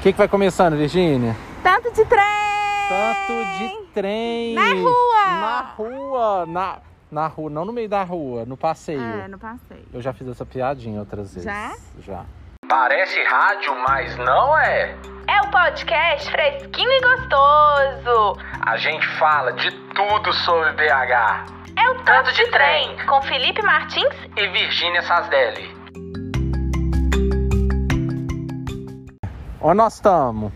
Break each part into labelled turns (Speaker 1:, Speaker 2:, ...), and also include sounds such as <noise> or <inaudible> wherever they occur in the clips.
Speaker 1: que, que vai começando, Virgínia?
Speaker 2: Tanto de trem!
Speaker 1: Tanto de trem!
Speaker 2: Na rua!
Speaker 1: Na rua! Na, na rua, não no meio da rua, no passeio.
Speaker 2: É, no passeio.
Speaker 1: Eu já fiz essa piadinha outras vezes.
Speaker 2: Já?
Speaker 1: Já.
Speaker 3: Parece rádio, mas não é.
Speaker 4: É o podcast fresquinho e gostoso.
Speaker 3: A gente fala de tudo sobre BH.
Speaker 4: É o Tanto,
Speaker 3: Tanto de
Speaker 4: de, trem.
Speaker 3: Trem.
Speaker 4: com Felipe Martins.
Speaker 3: E Virgínia Sasdelli.
Speaker 1: Onde nós estamos?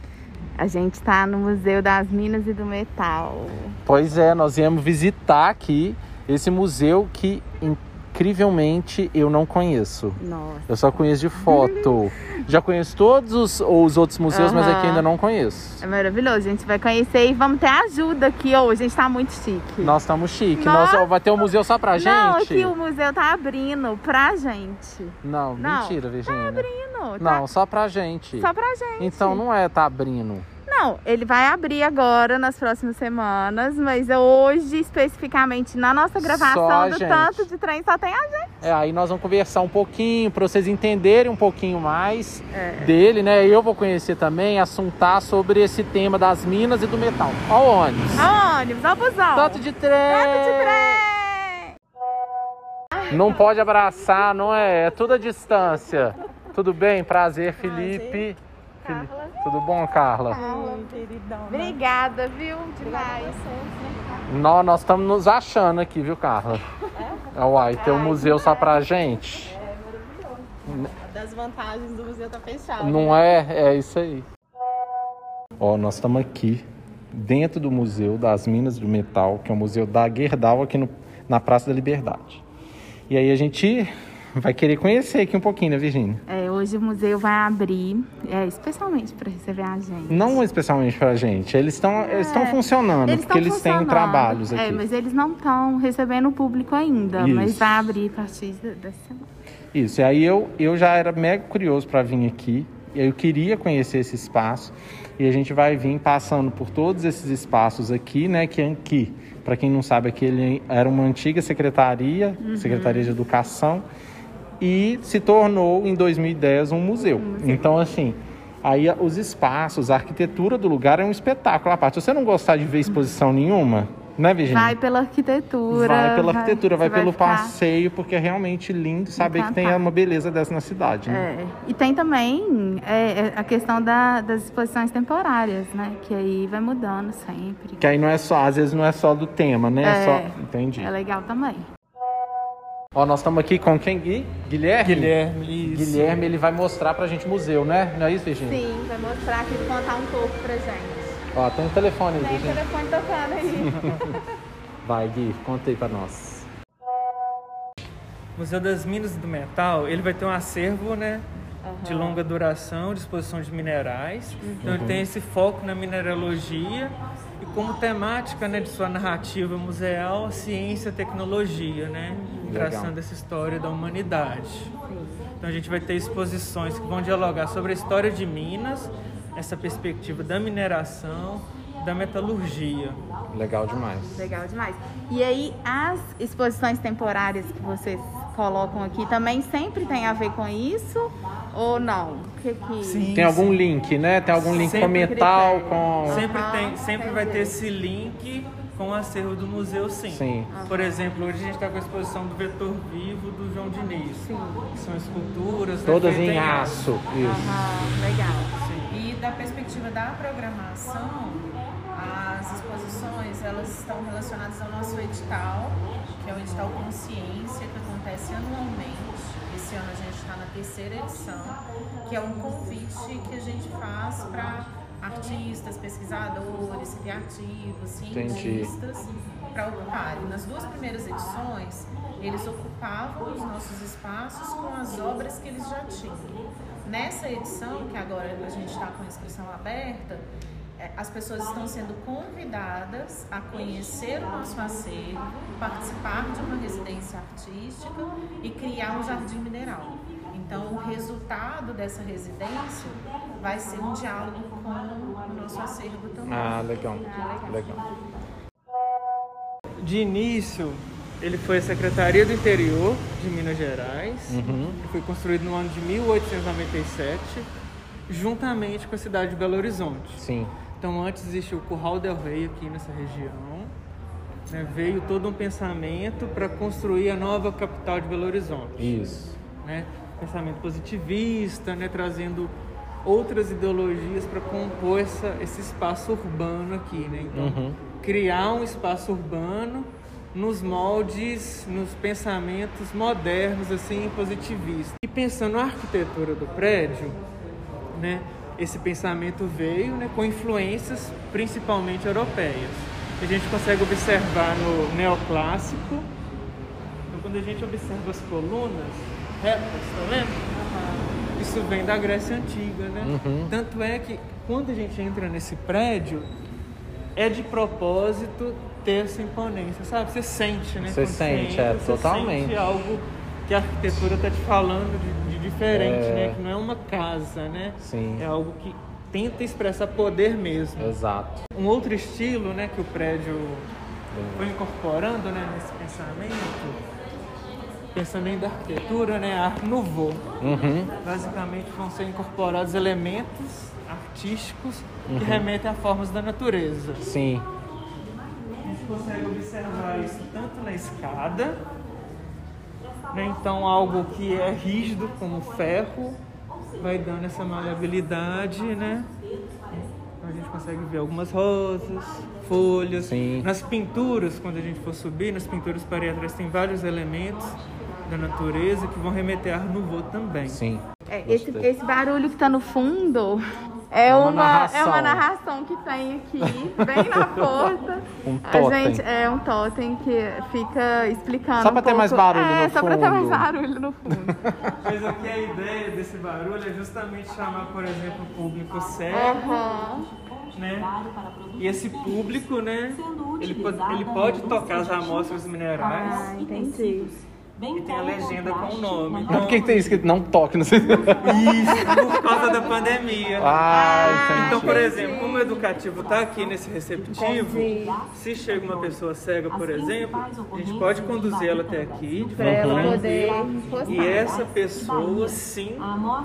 Speaker 2: A gente tá no Museu das Minas e do Metal.
Speaker 1: Pois é, nós viemos visitar aqui esse museu que incrivelmente eu não conheço.
Speaker 2: Nossa.
Speaker 1: Eu só conheço de foto. Já conheço todos os, os outros museus, mas
Speaker 2: Aham.
Speaker 1: aqui ainda não conheço.
Speaker 2: É maravilhoso, a gente vai conhecer e vamos ter ajuda aqui hoje. A gente tá muito chique.
Speaker 1: Nós estamos chique.
Speaker 2: Nossa.
Speaker 1: Nós, vai ter um museu só pra gente?
Speaker 2: Não, aqui o museu tá abrindo pra gente.
Speaker 1: Não,
Speaker 2: Não.
Speaker 1: mentira, Virginia.
Speaker 2: Não, tá
Speaker 1: não, só pra gente.
Speaker 2: só pra gente.
Speaker 1: Então não é tá abrindo.
Speaker 2: Não, ele vai abrir agora nas próximas semanas, mas hoje, especificamente na nossa gravação
Speaker 1: Só a
Speaker 2: do
Speaker 1: gente.
Speaker 2: Tanto de Trem, só tem a gente.
Speaker 1: É, aí nós vamos conversar um pouquinho pra vocês entenderem um pouquinho mais
Speaker 2: É.
Speaker 1: dele, né? Eu vou conhecer também, assuntar sobre esse tema das minas e do metal. Ó o ônibus.
Speaker 2: Ó, ônibus, ó, busão.
Speaker 1: Tanto de trem.
Speaker 2: Ah, Tanto de trem.
Speaker 1: Não pode abraçar, não é? É tudo à distância. Tudo bem? Prazer, Felipe. Felipe. Tudo bom, Carla?
Speaker 2: né? Obrigada, viu? Demais.
Speaker 1: Nó- nós estamos nos achando aqui, viu, Carla? É? Uai, tem um museu só pra gente.
Speaker 5: das vantagens do museu tá fechado.
Speaker 1: Não é? É isso aí. Ó, nós estamos aqui dentro do Museu das Minas do Metal, que é o Museu da Gerdau aqui no- na Praça da Liberdade. E aí a gente vai querer conhecer aqui um pouquinho, né, Virginia?
Speaker 2: É, hoje o museu vai abrir, é, especialmente para receber a gente.
Speaker 1: Não especialmente pra gente, eles estão eles estão
Speaker 2: É.
Speaker 1: funcionando,
Speaker 2: Eles
Speaker 1: porque
Speaker 2: tão
Speaker 1: eles têm
Speaker 2: funcionando.
Speaker 1: trabalhos aqui.
Speaker 2: É, mas eles não estão recebendo o público ainda, mas
Speaker 1: Isso.
Speaker 2: vai abrir a partir da- dessa semana.
Speaker 1: Isso, e aí eu, eu já era mega curioso para vir aqui, e eu queria conhecer esse espaço, e a gente vai vir passando por todos esses espaços aqui, né, que é aqui, para quem não sabe, aqui ele era uma antiga secretaria, Secretaria de Educação, e se tornou, em 2010, um museu. Então, assim, aí a- os espaços, a arquitetura do lugar é um espetáculo à parte. Se você não gostar de ver exposição nenhuma, né, Virginia?
Speaker 2: Vai pela arquitetura.
Speaker 1: Vai pela arquitetura, vai,
Speaker 2: você
Speaker 1: pelo
Speaker 2: ficar-
Speaker 1: passeio, porque é realmente lindo saber que tem
Speaker 2: Encantada.
Speaker 1: uma beleza dessa na cidade, né?
Speaker 2: É. E tem também é, é, a questão da- das exposições temporárias, né? Que aí vai mudando sempre.
Speaker 1: Que aí não é só, às vezes não é só do tema, né? É
Speaker 2: É.
Speaker 1: só. Entendi.
Speaker 2: É legal também.
Speaker 1: Ó, nós estamos aqui com quem? Gui? Guilherme?
Speaker 6: Guilherme, isso.
Speaker 1: Guilherme, ele vai mostrar pra gente o museu, né? Não é isso, Virginia?
Speaker 2: Sim, vai mostrar aqui, contar um pouco pra gente.
Speaker 1: Ó, tem um telefone aí, Virginia.
Speaker 2: telefone tocando aí. <laughs>
Speaker 1: Vai, Gui, conta aí pra nós.
Speaker 6: O Museu das Minas e do Metal, ele vai ter um acervo, né? De longa duração, de exposição de minerais. Então ele tem esse foco na mineralogia e como temática né, de sua narrativa museal, a ciência e a tecnologia, né?
Speaker 1: Legal.
Speaker 6: Traçando essa história da humanidade. Então a gente vai ter exposições que vão dialogar sobre a história de Minas, essa perspectiva da mineração, da metalurgia.
Speaker 1: Legal demais.
Speaker 2: Legal demais. E aí, as exposições temporárias que vocês colocam aqui também sempre tem a ver com isso? Ou não? O Que que...
Speaker 1: Tem algum link, né? Tem algum link com
Speaker 6: Sempre
Speaker 1: metal,
Speaker 2: critério.
Speaker 1: com.
Speaker 6: Sempre,
Speaker 2: Aham,
Speaker 6: tem, sempre vai ter
Speaker 2: entendi.
Speaker 6: esse link com o acervo do museu, sim.
Speaker 1: Sim.
Speaker 6: Por exemplo, hoje a gente está com a exposição do Vetor Vivo do João Diniz. Que são esculturas. né,
Speaker 1: Todas
Speaker 6: feitas
Speaker 1: em aço. Isso.
Speaker 2: Ah, legal.
Speaker 5: E da perspectiva da programação, as exposições elas estão relacionadas ao nosso edital, que é o edital Consciência, que acontece anualmente. Esse ano a gente está na terceira edição, que é um convite que a gente faz para artistas, pesquisadores, criativos,
Speaker 1: Entendi.
Speaker 5: cientistas. artistas para ocuparem. Nas duas primeiras edições, eles ocupavam os nossos espaços com as obras que eles já tinham. Nessa edição, que agora a gente está com a inscrição aberta, eh, as pessoas estão sendo convidadas a conhecer o nosso acervo, participar de uma residência artística e criar um jardim mineral. Então, o resultado dessa residência vai ser um diálogo com o nosso acervo também.
Speaker 1: Ah, legal. Legal.
Speaker 6: De início, ele foi a Secretaria do Interior de Minas Gerais.
Speaker 1: Uhum.
Speaker 6: Ele foi construído no ano de 1897 juntamente com a cidade de Belo Horizonte.
Speaker 1: Sim.
Speaker 6: Então antes existia o Curral del Rei aqui nessa região. né? Veio todo um pensamento para construir a nova capital de Belo Horizonte
Speaker 1: Isso.
Speaker 6: né? pensamento positivista, né? trazendo outras ideologias para compor essa, esse espaço urbano aqui, né? Então,
Speaker 1: Uhum.
Speaker 6: criar um espaço urbano nos moldes, nos pensamentos modernos, assim, positivistas. E pensando na arquitetura do prédio, né? Esse pensamento veio né, com influências principalmente europeias. A gente consegue observar no neoclássico, então, quando a gente observa as colunas retas, tá vendo? Isso vem da Grécia Antiga, né?
Speaker 1: Uhum.
Speaker 6: Tanto é que quando a gente entra nesse prédio, é de propósito ter essa imponência, sabe? Você sente, né?
Speaker 1: Você
Speaker 6: Quando
Speaker 1: sente,
Speaker 6: entra,
Speaker 1: é,
Speaker 6: você
Speaker 1: totalmente.
Speaker 6: Sente algo que a arquitetura tá te falando de, de diferente,
Speaker 1: É.
Speaker 6: né? Que não é uma casa, né?
Speaker 1: Sim.
Speaker 6: É algo que tenta expressar poder mesmo.
Speaker 1: Exato.
Speaker 6: Um outro estilo, né, que o prédio foi incorporando, né, nesse pensamento, pensando ainda da arquitetura, né, a arte nouveau.
Speaker 1: Uhum.
Speaker 6: Basicamente vão ser incorporados elementos artísticos que remetem a formas da natureza.
Speaker 1: Sim.
Speaker 6: A gente consegue observar isso tanto na escada, né, então algo que é rígido como ferro vai dando essa maleabilidade, né? Então a gente consegue ver algumas rosas, folhas.
Speaker 1: Sim.
Speaker 6: Nas pinturas, quando a gente for subir, nas pinturas para ir atrás tem vários elementos da natureza que vão remeter a Nouveau também.
Speaker 1: Sim.
Speaker 2: É, esse,
Speaker 1: Gostei.
Speaker 2: esse barulho que tá no fundo é,
Speaker 1: uma
Speaker 2: uma, é
Speaker 1: narração.
Speaker 2: uma narração que tem aqui, bem
Speaker 1: <laughs>
Speaker 2: na porta.
Speaker 1: Um
Speaker 2: A
Speaker 1: totem.
Speaker 2: gente é um totem que fica explicando.
Speaker 1: Só
Speaker 2: um
Speaker 1: pra ter mais
Speaker 2: pouco-
Speaker 1: barulho
Speaker 2: é,
Speaker 1: no
Speaker 2: só pra ter mais
Speaker 1: fundo.
Speaker 2: barulho
Speaker 1: <laughs>
Speaker 2: no fundo.
Speaker 6: Mas aqui a ideia desse barulho é justamente chamar, por exemplo, o público cego,
Speaker 2: Aham.
Speaker 6: né? E esse público, né? Ele pode, ele pode tocar as amostras minerais
Speaker 2: Ah, entendi.
Speaker 6: e tem a legenda com o nome.
Speaker 1: Mas por que, que tem escrito não toque? Não sei.
Speaker 6: Isso, por causa da pandemia.
Speaker 1: Ah,
Speaker 6: Então, por exemplo, como o educativo está aqui nesse receptivo, se chega uma pessoa cega, por exemplo, a gente pode conduzir ela até aqui de
Speaker 2: Pra ela
Speaker 6: forma
Speaker 2: poder
Speaker 6: tranquila, E
Speaker 2: postar.
Speaker 6: essa pessoa, sim,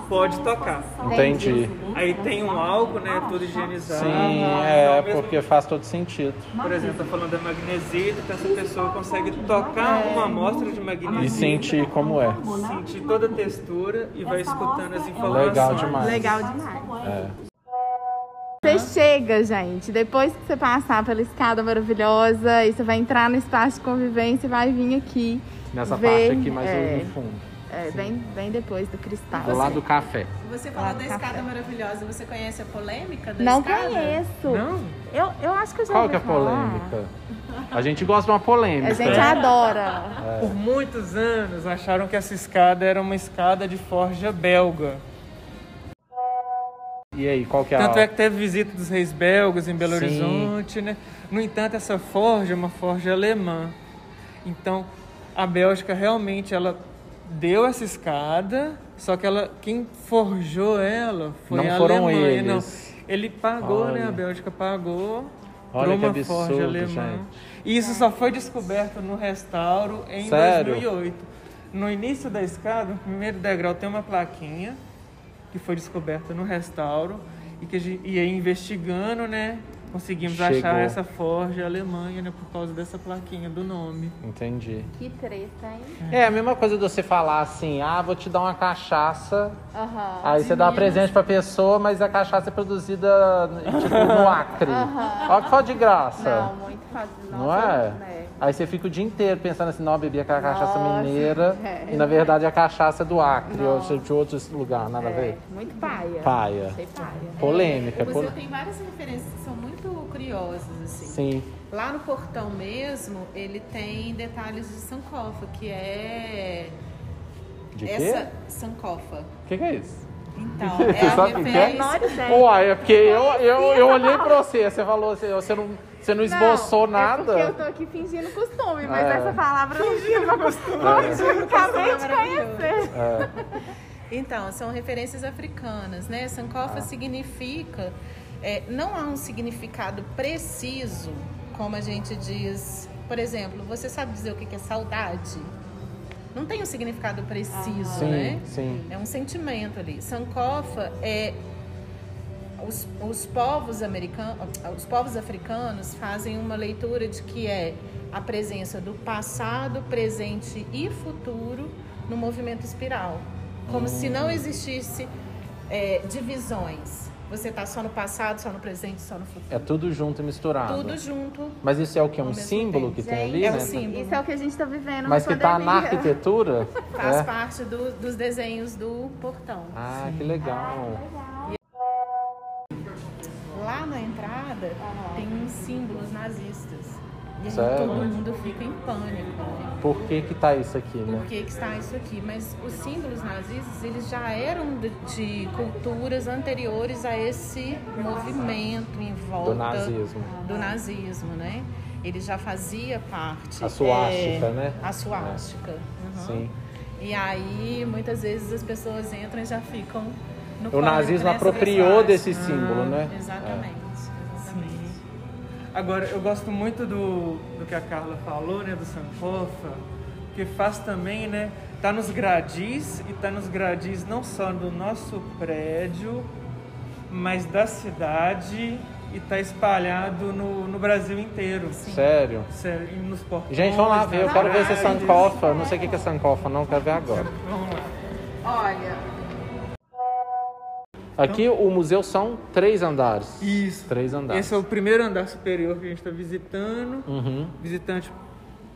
Speaker 6: pode tocar.
Speaker 1: Entendi.
Speaker 6: Aí tem um álcool, né, todo higienizado.
Speaker 1: Sim,
Speaker 6: então,
Speaker 1: é,
Speaker 6: mesmo-
Speaker 1: porque faz todo sentido.
Speaker 6: Por exemplo, tá falando da magnesita, então essa pessoa consegue tocar uma amostra de magnesita.
Speaker 1: E sentir como é.
Speaker 6: sentir toda a textura e vai escutando as informações.
Speaker 1: Legal demais.
Speaker 2: Legal demais.
Speaker 1: É.
Speaker 2: Você chega, gente. Depois que você passar pela escada maravilhosa, aí você vai entrar no espaço de convivência e vai vir aqui.
Speaker 1: Nessa
Speaker 2: ver-
Speaker 1: parte aqui, mais
Speaker 2: é,
Speaker 1: no fundo.
Speaker 2: é, bem, bem depois do cristal.
Speaker 1: Do lado do café.
Speaker 5: Você falou
Speaker 2: Lá
Speaker 5: da
Speaker 2: no
Speaker 5: escada
Speaker 2: café.
Speaker 5: maravilhosa, você conhece a polêmica da
Speaker 2: Ah, tá Não
Speaker 5: escada?
Speaker 2: conheço.
Speaker 6: Não?
Speaker 2: Eu, eu acho que eu já
Speaker 1: Qual
Speaker 2: ouvi
Speaker 1: que é a
Speaker 2: falar.
Speaker 1: polêmica? A gente gosta de uma polêmica.
Speaker 2: A gente adora.
Speaker 1: É.
Speaker 6: Por muitos anos acharam que essa escada era uma escada de forja belga.
Speaker 1: E aí, qual que é a...
Speaker 6: Tanto é que teve visita dos reis belgas em Belo
Speaker 1: Sim.
Speaker 6: Horizonte, né? No entanto, essa forja é uma forja alemã. Então, a Bélgica realmente ela deu essa escada, só que ela quem forjou ela foi
Speaker 1: Não
Speaker 6: a
Speaker 1: foram
Speaker 6: Alemanha,
Speaker 1: eles.
Speaker 6: não. Ele pagou, né?
Speaker 1: Olha.
Speaker 6: A Bélgica pagou.
Speaker 1: Olha que
Speaker 6: pra uma
Speaker 1: absurdo,
Speaker 6: forja alemã.
Speaker 1: gente.
Speaker 6: E isso só foi descoberto no restauro em
Speaker 1: Sério?
Speaker 6: 2008. No início da escada, no primeiro degrau, tem uma plaquinha que foi descoberta no restauro e que a gente ia investigando, né? Conseguimos
Speaker 1: Chegou.
Speaker 6: achar essa forja alemã, né? Por causa dessa plaquinha do nome.
Speaker 1: Entendi.
Speaker 2: Que treta, hein?
Speaker 1: É a mesma coisa de você falar assim, ah, vou te dar uma cachaça.
Speaker 2: Aham.
Speaker 1: Aí você dá presente pra pessoa, mas a cachaça é produzida tipo, <laughs> no Acre. Olha que falta de
Speaker 2: Não,
Speaker 1: graça.
Speaker 2: muito fácil.
Speaker 1: Não,
Speaker 2: Nossa,
Speaker 1: é?
Speaker 2: né?
Speaker 1: Aí você fica o dia inteiro pensando assim, não, eu bebi aquela cachaça
Speaker 2: Nossa,
Speaker 1: mineira.
Speaker 2: é.
Speaker 1: E na verdade a cachaça é do Acre, ou
Speaker 2: Nossa.
Speaker 1: de outro lugar, nada a ver.
Speaker 2: É, muito paia.
Speaker 1: Paia.
Speaker 2: Achei paia.
Speaker 1: Polêmica,
Speaker 5: O museu
Speaker 1: polêmica.
Speaker 5: tem várias referências que são muito curiosas, assim.
Speaker 1: Sim.
Speaker 5: Lá no portão mesmo, ele tem detalhes de Sankofa, que é.
Speaker 1: De
Speaker 5: essa
Speaker 1: quê?
Speaker 5: Sankofa.
Speaker 1: O que, que é isso?
Speaker 5: Então,
Speaker 1: <laughs> Você
Speaker 5: é a
Speaker 1: sabe o que que é?
Speaker 5: referência.
Speaker 2: Menor ideia.
Speaker 1: Uai, é porque eu, eu, eu olhei pra você, você falou, você, você não, você
Speaker 5: é
Speaker 1: não esboçou
Speaker 2: Não,
Speaker 1: nada.
Speaker 2: É porque eu tô aqui fingindo costume, mas
Speaker 1: É.
Speaker 2: essa palavra eu fingindo costume. Eu acabei de conhecer.
Speaker 5: Então, são referências africanas, né? Sankofa significa. é, não há um significado preciso, como a gente diz. Por exemplo, você sabe dizer o que que é saudade? Não tem um significado preciso,
Speaker 1: Ah. Sim,
Speaker 5: né?
Speaker 1: sim.
Speaker 5: É um sentimento ali. Sankofa é os, os povos americanos, os povos africanos fazem uma leitura de que é a presença do passado, presente e futuro no movimento espiral, como se não existisse é, divisões. Você está só no passado, só no presente, só no futuro.
Speaker 1: É tudo junto e misturado.
Speaker 5: Tudo junto.
Speaker 1: Mas isso é o que? É
Speaker 5: Ao
Speaker 1: um
Speaker 5: mesmo
Speaker 1: símbolo
Speaker 5: tempo.
Speaker 1: que tem ali,
Speaker 5: É
Speaker 1: né?
Speaker 5: um símbolo.
Speaker 2: Isso é o que a gente tá vivendo
Speaker 1: Mas
Speaker 2: na
Speaker 1: que tá na
Speaker 2: pandemia.
Speaker 1: arquitetura?
Speaker 5: Faz
Speaker 1: é?
Speaker 5: parte do- dos desenhos do portão.
Speaker 1: Ah, que legal.
Speaker 5: Lá na entrada tem uns símbolos nazistas. E aí
Speaker 1: Sério?
Speaker 5: todo mundo fica em pânico.
Speaker 1: Por que que tá isso aqui,
Speaker 5: Por
Speaker 1: né?
Speaker 5: que, que está isso aqui? Mas os símbolos nazistas, eles já eram de, de culturas anteriores a esse movimento em volta
Speaker 1: Do nazismo.
Speaker 5: do nazismo, né? Ele já fazia parte. é,
Speaker 1: A suástica, né?
Speaker 5: A suástica. uhum.
Speaker 1: Sim.
Speaker 5: E aí, muitas vezes as pessoas entram e já ficam no né,
Speaker 1: O
Speaker 5: pânico
Speaker 1: nazismo
Speaker 5: nessa
Speaker 1: apropriou
Speaker 5: suástica.
Speaker 1: desse símbolo, né?
Speaker 5: Ah, Exatamente. exatamente.
Speaker 6: Agora, eu gosto muito do, do que a Carla falou, né, do Sankofa, que faz também, né, tá nos gradis, e tá nos gradis não só do nosso prédio, mas da cidade, e tá espalhado no, no Brasil inteiro.
Speaker 1: Sério?
Speaker 6: Sério, e nos portões.
Speaker 1: Gente, vamos lá
Speaker 6: nas
Speaker 1: ver. Eu quero ver se é
Speaker 6: grades.
Speaker 1: sancofa. Eu Não sei o que que é sancofa, não. Quero ver agora.
Speaker 6: Vamos lá.
Speaker 5: Olha,
Speaker 1: Aqui o museu são três andares.
Speaker 6: Isso.
Speaker 1: Três andares.
Speaker 6: Esse é o primeiro andar superior que a gente está visitando.
Speaker 1: Uhum.
Speaker 6: visitante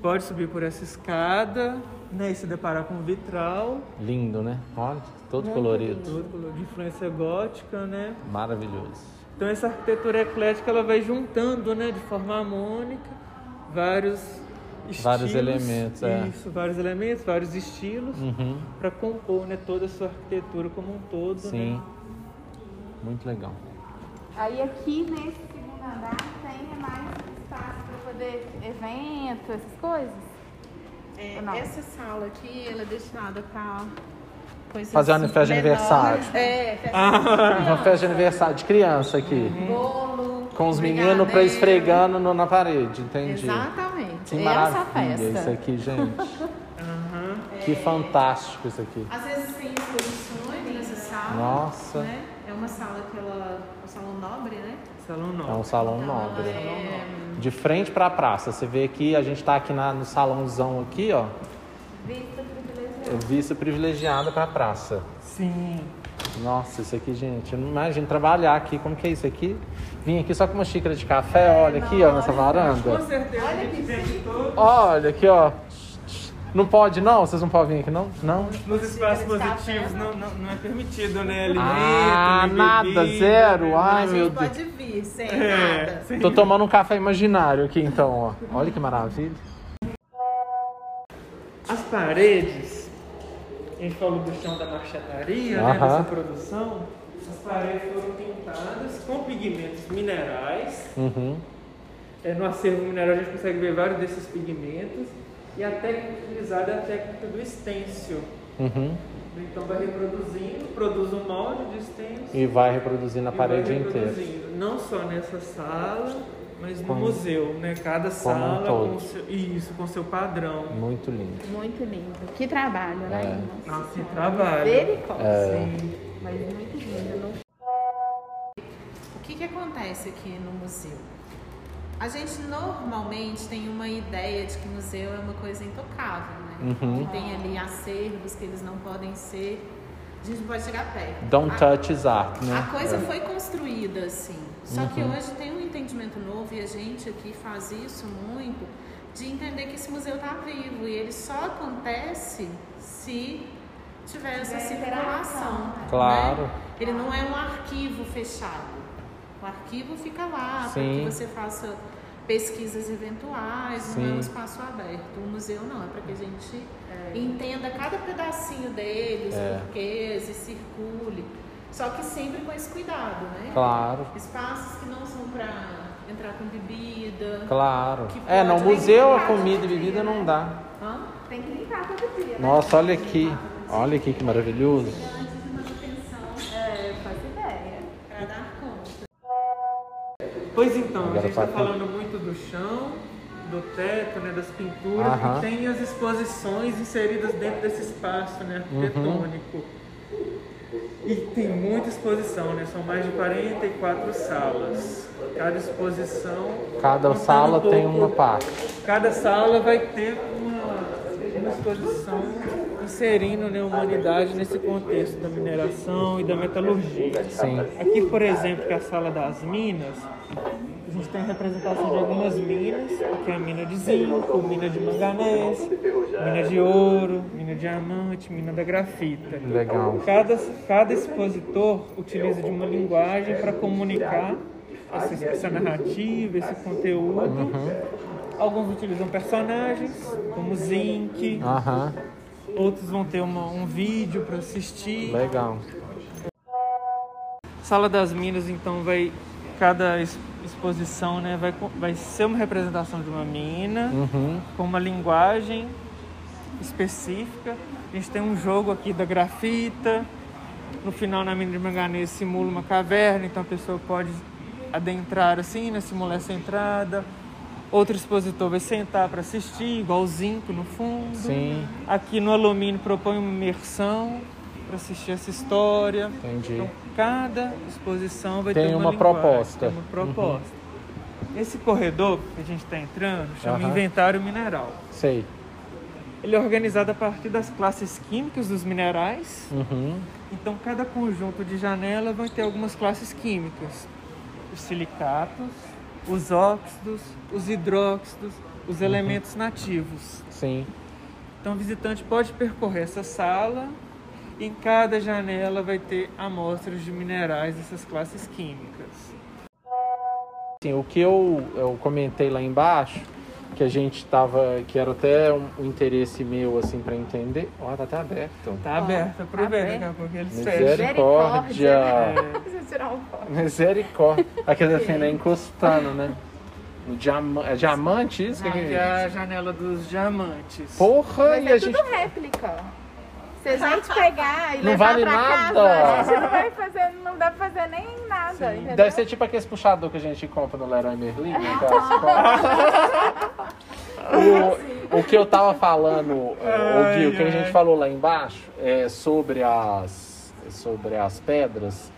Speaker 6: pode subir por essa escada né, e se deparar com um vitral.
Speaker 1: Lindo, né? Olha, todo colorido.
Speaker 6: todo colorido, De influência gótica, né?
Speaker 1: Maravilhoso.
Speaker 6: Então essa arquitetura eclética ela vai juntando, né, de forma harmônica, vários estilos,
Speaker 1: Vários elementos, é.
Speaker 6: isso, vários elementos, vários estilos
Speaker 1: Uhum.
Speaker 6: para compor, né, toda a sua arquitetura como um todo,
Speaker 1: Sim.
Speaker 6: né?
Speaker 1: Muito legal.
Speaker 2: Aí aqui nesse segundo andar tem mais espaço para poder evento, essas coisas.
Speaker 5: É,
Speaker 2: Ou não?
Speaker 5: essa sala aqui, ela é destinada para coisas
Speaker 1: Fazer uma festa de
Speaker 5: menores.
Speaker 1: aniversário. Ah.
Speaker 5: É, festa
Speaker 1: Uma festa de aniversário de criança aqui.
Speaker 5: de
Speaker 6: Uhum.
Speaker 5: bolo.
Speaker 1: Com os meninos pra
Speaker 5: brigadeiro.
Speaker 1: esfregando no- na parede, entendi.
Speaker 5: Exatamente.
Speaker 1: Que
Speaker 5: é essa
Speaker 1: maravilha
Speaker 5: festa.
Speaker 1: isso aqui, gente. Que fantástico isso aqui.
Speaker 5: Às vezes tem exposições nessa sala.
Speaker 1: Nossa.
Speaker 5: Né? É uma sala que ela. um salão nobre, né?
Speaker 6: Salão
Speaker 1: É um
Speaker 6: novo.
Speaker 1: salão nobre. De frente pra praça. Você vê aqui, a gente tá aqui na- no salãozão aqui, ó.
Speaker 2: Vista privilegiada.
Speaker 1: É vista privilegiada pra praça.
Speaker 6: Sim.
Speaker 1: Nossa, isso aqui, gente, eu não imagino trabalhar aqui. Como que é isso aqui? Vim aqui só com uma xícara de café, olha aqui, ó, nessa
Speaker 6: Com
Speaker 1: varanda.
Speaker 6: certeza. Olha que
Speaker 1: Olha aqui, ó. Não pode, não? Vocês não podem vir aqui, não? Não?
Speaker 6: Nos espaços positivos não, não, não é permitido, né? Alimento,
Speaker 1: Ah,
Speaker 6: nem
Speaker 1: nada,
Speaker 6: bebida,
Speaker 1: zero. Ah,
Speaker 6: né?
Speaker 1: Ai,
Speaker 5: a
Speaker 1: meu
Speaker 5: gente
Speaker 1: Deus.
Speaker 5: pode vir sem
Speaker 6: É,
Speaker 5: nada.
Speaker 6: sim.
Speaker 1: Tô tomando um café imaginário aqui, então, ó. Olha que maravilha.
Speaker 6: As paredes, a gente falou do chão da marchataria, né,
Speaker 1: Aham.
Speaker 6: dessa produção, as paredes foram pintadas com pigmentos minerais.
Speaker 1: Uhum.
Speaker 6: É, no acervo mineral a gente consegue ver vários desses pigmentos. E a técnica utilizada é a técnica do stencil.
Speaker 1: Uhum.
Speaker 6: Então vai reproduzindo, produz um molde de stencil.
Speaker 1: E vai reproduzir na
Speaker 6: E
Speaker 1: parede
Speaker 6: vai
Speaker 1: inteira.
Speaker 6: reproduzindo, Não só nessa sala, mas no museu, né? Cada
Speaker 1: um
Speaker 6: sala
Speaker 1: todo.
Speaker 6: com seu, isso, com seu padrão.
Speaker 1: Muito lindo.
Speaker 2: Muito lindo. Que trabalho, né?
Speaker 1: É.
Speaker 2: irmãos?
Speaker 6: Nossa, que trabalho.
Speaker 2: Misericórdia. Mas muito lindo. não?
Speaker 5: O que, que acontece aqui no museu? A gente normalmente tem uma ideia de que museu é uma coisa intocável, né?
Speaker 1: Uhum.
Speaker 5: Que tem ali acervos que eles não podem ser. A gente não pode chegar perto.
Speaker 1: Don't
Speaker 5: a,
Speaker 1: touch is art, né?
Speaker 5: a coisa
Speaker 1: É. Uhum.
Speaker 5: foi construída assim. Só que hoje tem um entendimento novo e a gente aqui faz isso muito de entender que esse museu está vivo e ele só acontece se tiver essa circulação.
Speaker 1: Claro.
Speaker 5: né? Ele não é um arquivo fechado. O arquivo fica lá para
Speaker 1: Sim.
Speaker 5: que você faça pesquisas eventuais, não é
Speaker 1: Sim.
Speaker 5: um espaço aberto. O museu não, é para que a gente entenda cada pedacinho dele, os
Speaker 1: É.
Speaker 5: porquês e circule. Só que sempre com esse cuidado, né?
Speaker 1: Claro.
Speaker 5: Espaços que não são para entrar com bebida.
Speaker 1: Claro.
Speaker 5: Que
Speaker 1: É, não,
Speaker 5: pode
Speaker 1: museu,
Speaker 5: brincar
Speaker 1: comida e bebida não dá.
Speaker 5: Hã?
Speaker 2: Tem que limpar todo dia. Né?
Speaker 1: Nossa, olha aqui. Olha aqui que maravilhoso.
Speaker 2: É, faz ideia.
Speaker 5: Para dar conta.
Speaker 6: Pois então,
Speaker 1: Agora
Speaker 6: a gente está
Speaker 1: parte-
Speaker 6: falando muito do chão, do teto, né, das pinturas,
Speaker 1: Aham.
Speaker 6: e tem as
Speaker 1: Uhum.
Speaker 6: exposições inseridas dentro desse espaço né, arquitetônico. E tem muita exposição, né? São mais de 44 salas. Cada exposição.
Speaker 1: Cada
Speaker 6: contando
Speaker 1: sala
Speaker 6: um pouco-
Speaker 1: tem uma parte.
Speaker 6: Cada sala vai ter uma, uma exposição inserindo né, a humanidade nesse contexto da mineração e da metalurgia.
Speaker 1: Sim.
Speaker 6: Aqui, por exemplo, que é a sala das minas, a gente tem representação de algumas minas, que é a mina de zinco, mina de manganês, mina de ouro, mina de diamante, mina da grafita.
Speaker 1: Legal.
Speaker 6: Cada, cada expositor utiliza de uma linguagem para comunicar essa, essa narrativa, esse conteúdo.
Speaker 1: Uhum,
Speaker 6: Alguns utilizam personagens, como Zinc,
Speaker 1: Aham,
Speaker 6: outros vão ter uma- um vídeo para assistir.
Speaker 1: legal.
Speaker 6: Sala das Minas, então, vai. Cada ex- exposição né, vai, co- vai ser uma representação de uma mina,
Speaker 1: Uhum.
Speaker 6: com uma linguagem específica. A gente tem um jogo aqui da grafita. No final, na mina de manganês, simula uma caverna, então a pessoa pode adentrar assim, né, simular essa entrada. Outro expositor vai sentar para assistir, igual o zinco no fundo.
Speaker 1: Sim,
Speaker 6: Aqui no alumínio propõe uma imersão para assistir essa história.
Speaker 1: entendi.
Speaker 6: Então, cada exposição vai
Speaker 1: Tem
Speaker 6: ter
Speaker 1: uma
Speaker 6: uma, linguagem,
Speaker 1: proposta. Uhum.
Speaker 6: Tem uma proposta. Esse corredor que a gente está entrando chama
Speaker 1: Aham.
Speaker 6: Inventário Mineral.
Speaker 1: Sei.
Speaker 6: Ele é organizado a partir das classes químicas dos minerais.
Speaker 1: Uhum.
Speaker 6: Então, cada conjunto de janela vai ter algumas classes químicas: os silicatos, os óxidos, os hidróxidos,
Speaker 1: Uhum.
Speaker 6: os elementos nativos.
Speaker 1: Sim.
Speaker 6: Então, o visitante pode percorrer essa sala. e Em cada janela vai ter amostras de minerais dessas classes químicas.
Speaker 1: Sim, Assim, o que eu, eu comentei lá embaixo, que a gente tava, que era até um, um interesse meu, assim, para entender. Ó, tá até aberto.
Speaker 6: Tá aberto, aproveita,
Speaker 2: aberto.
Speaker 6: daqui a pouco eles fecham.
Speaker 1: Misericórdia.
Speaker 6: É,
Speaker 2: Deixa eu tirar um foto.
Speaker 1: Misericórdia. Aquele assim, né, encostando, né? O diama é diamante isso? Que que
Speaker 6: Aqui
Speaker 1: é?
Speaker 6: é a janela dos diamantes.
Speaker 1: Porra,
Speaker 2: Mas
Speaker 1: e
Speaker 2: é
Speaker 1: a
Speaker 2: tudo
Speaker 1: gente...
Speaker 2: réplica. Se a gente pegar e
Speaker 1: Não
Speaker 2: levar
Speaker 1: vale
Speaker 2: pra
Speaker 1: nada.
Speaker 2: casa, a gente não vai fazer, não dá pra fazer nem nada, entendeu?
Speaker 1: Deve ser tipo aqueles puxador que a gente compra no Leroy Merlin, né, aquelas compras. é.
Speaker 6: <laughs>
Speaker 1: o, o que eu tava falando, é, o Gui, o que a
Speaker 6: Ai,
Speaker 1: gente
Speaker 6: ai.
Speaker 1: falou lá embaixo é sobre as é sobre as pedras.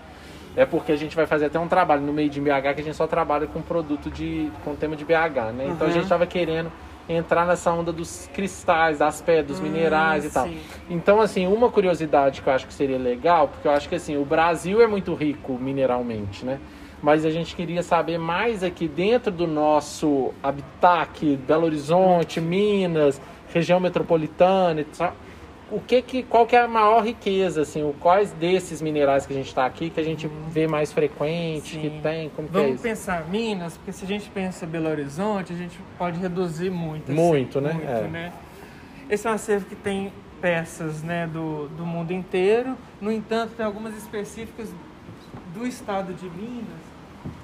Speaker 1: É porque a gente vai fazer até um trabalho no meio de BH que a gente só trabalha com produto de com tema de BH, né? Então a
Speaker 6: Uhum.
Speaker 1: gente tava querendo entrar nessa onda dos cristais, das pedras, dos minerais e tal.
Speaker 6: Sim.
Speaker 1: Então, assim, uma curiosidade que eu acho que seria legal, porque eu acho que assim, o Brasil é muito rico mineralmente, né? Mas a gente queria saber mais aqui dentro do nosso habitat, aqui, Belo Horizonte, Minas, região metropolitana, e tal. o que que, qual que é a maior riqueza, assim, o quais desses minerais que a gente está aqui que a gente vê mais frequente,
Speaker 6: Uhum. Sim.
Speaker 1: que tem, como que é
Speaker 6: Vamos
Speaker 1: isso?
Speaker 6: pensar Minas, porque se a gente pensa Belo Horizonte, a gente pode reduzir muito. assim,
Speaker 1: Muito, né?
Speaker 6: Muito,
Speaker 1: É.
Speaker 6: né? Esse é um acervo que tem peças né, do, do mundo inteiro. No entanto, tem algumas específicas do estado de Minas,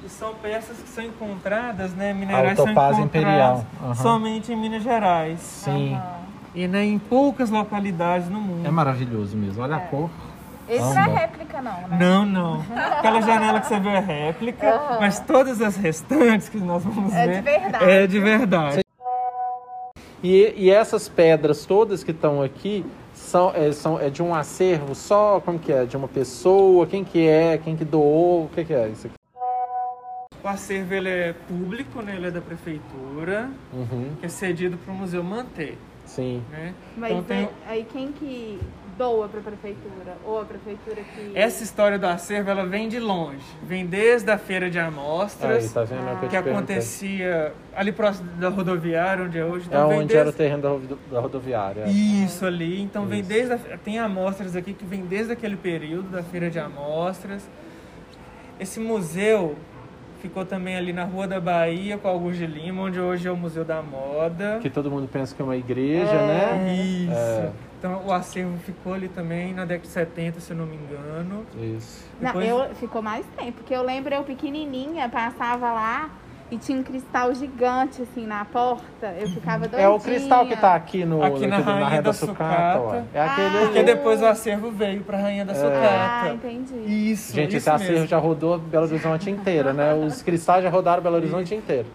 Speaker 6: que são peças que são encontradas, né? Minerais são
Speaker 1: Autopasa
Speaker 6: encontrados
Speaker 1: Imperial, aham.
Speaker 6: somente em Minas Gerais.
Speaker 1: Sim, É
Speaker 6: E né, em poucas localidades no mundo.
Speaker 1: maravilhoso mesmo, olha
Speaker 6: É.
Speaker 1: a cor.
Speaker 2: Esse não é réplica, não, né?
Speaker 6: Não, não. Aquela janela que você viu é réplica, mas todas as restantes que nós vamos
Speaker 2: É de
Speaker 6: ver
Speaker 2: verdade.
Speaker 6: é de verdade.
Speaker 1: E, e essas pedras todas que estão aqui são é, são é de um acervo só? Como que é? De uma pessoa? Quem que é? Quem que doou? O que que é isso aqui?
Speaker 6: O acervo ele é público, né? ele é da prefeitura,
Speaker 1: Uhum,
Speaker 6: que é cedido para o museu manter.
Speaker 1: Sim.
Speaker 6: Né?
Speaker 2: Mas
Speaker 6: então tem...
Speaker 2: é- aí quem que doa pra prefeitura? Ou a prefeitura que...
Speaker 6: Essa história do acervo ela vem de longe. Vem desde a feira de amostras,
Speaker 1: Aí, tá vendo? É o que eu
Speaker 6: que
Speaker 1: te perguntei.
Speaker 6: acontecia ali próximo da rodoviária, onde é hoje.
Speaker 1: É
Speaker 6: Então vem
Speaker 1: onde
Speaker 6: desde...
Speaker 1: era o terreno da, rodo- da rodoviária.
Speaker 6: Isso ali, então vem desde a- tem amostras aqui que vem desde aquele período da feira de amostras. Esse museu ficou também ali na Rua da Bahia com Augusto de Lima, onde hoje é o Museu da Moda.
Speaker 1: Que todo mundo pensa que é uma igreja, né?
Speaker 6: Isso.
Speaker 1: É.
Speaker 6: Então o acervo ficou ali também na década de 70, se eu não me engano.
Speaker 1: Isso.
Speaker 2: Não,
Speaker 6: Depois-
Speaker 2: eu, ficou mais tempo, porque eu lembro eu pequenininha, passava lá e tinha um cristal gigante, assim, na porta. Eu ficava doidinha.
Speaker 1: É o cristal que tá aqui no
Speaker 6: Aqui na Rainha da
Speaker 1: ó.
Speaker 6: Sucata.
Speaker 1: É aquele
Speaker 2: Ah,
Speaker 6: Porque
Speaker 1: ali.
Speaker 2: eu-
Speaker 6: depois o acervo veio para Rainha da
Speaker 2: Ah,
Speaker 6: Sucata.
Speaker 2: entendi.
Speaker 6: Isso,
Speaker 1: É. Gente, esse
Speaker 6: isso
Speaker 1: acervo
Speaker 6: mesmo.
Speaker 1: já rodou Belo Horizonte inteira, né? Os cristais já rodaram Belo Horizonte inteiro.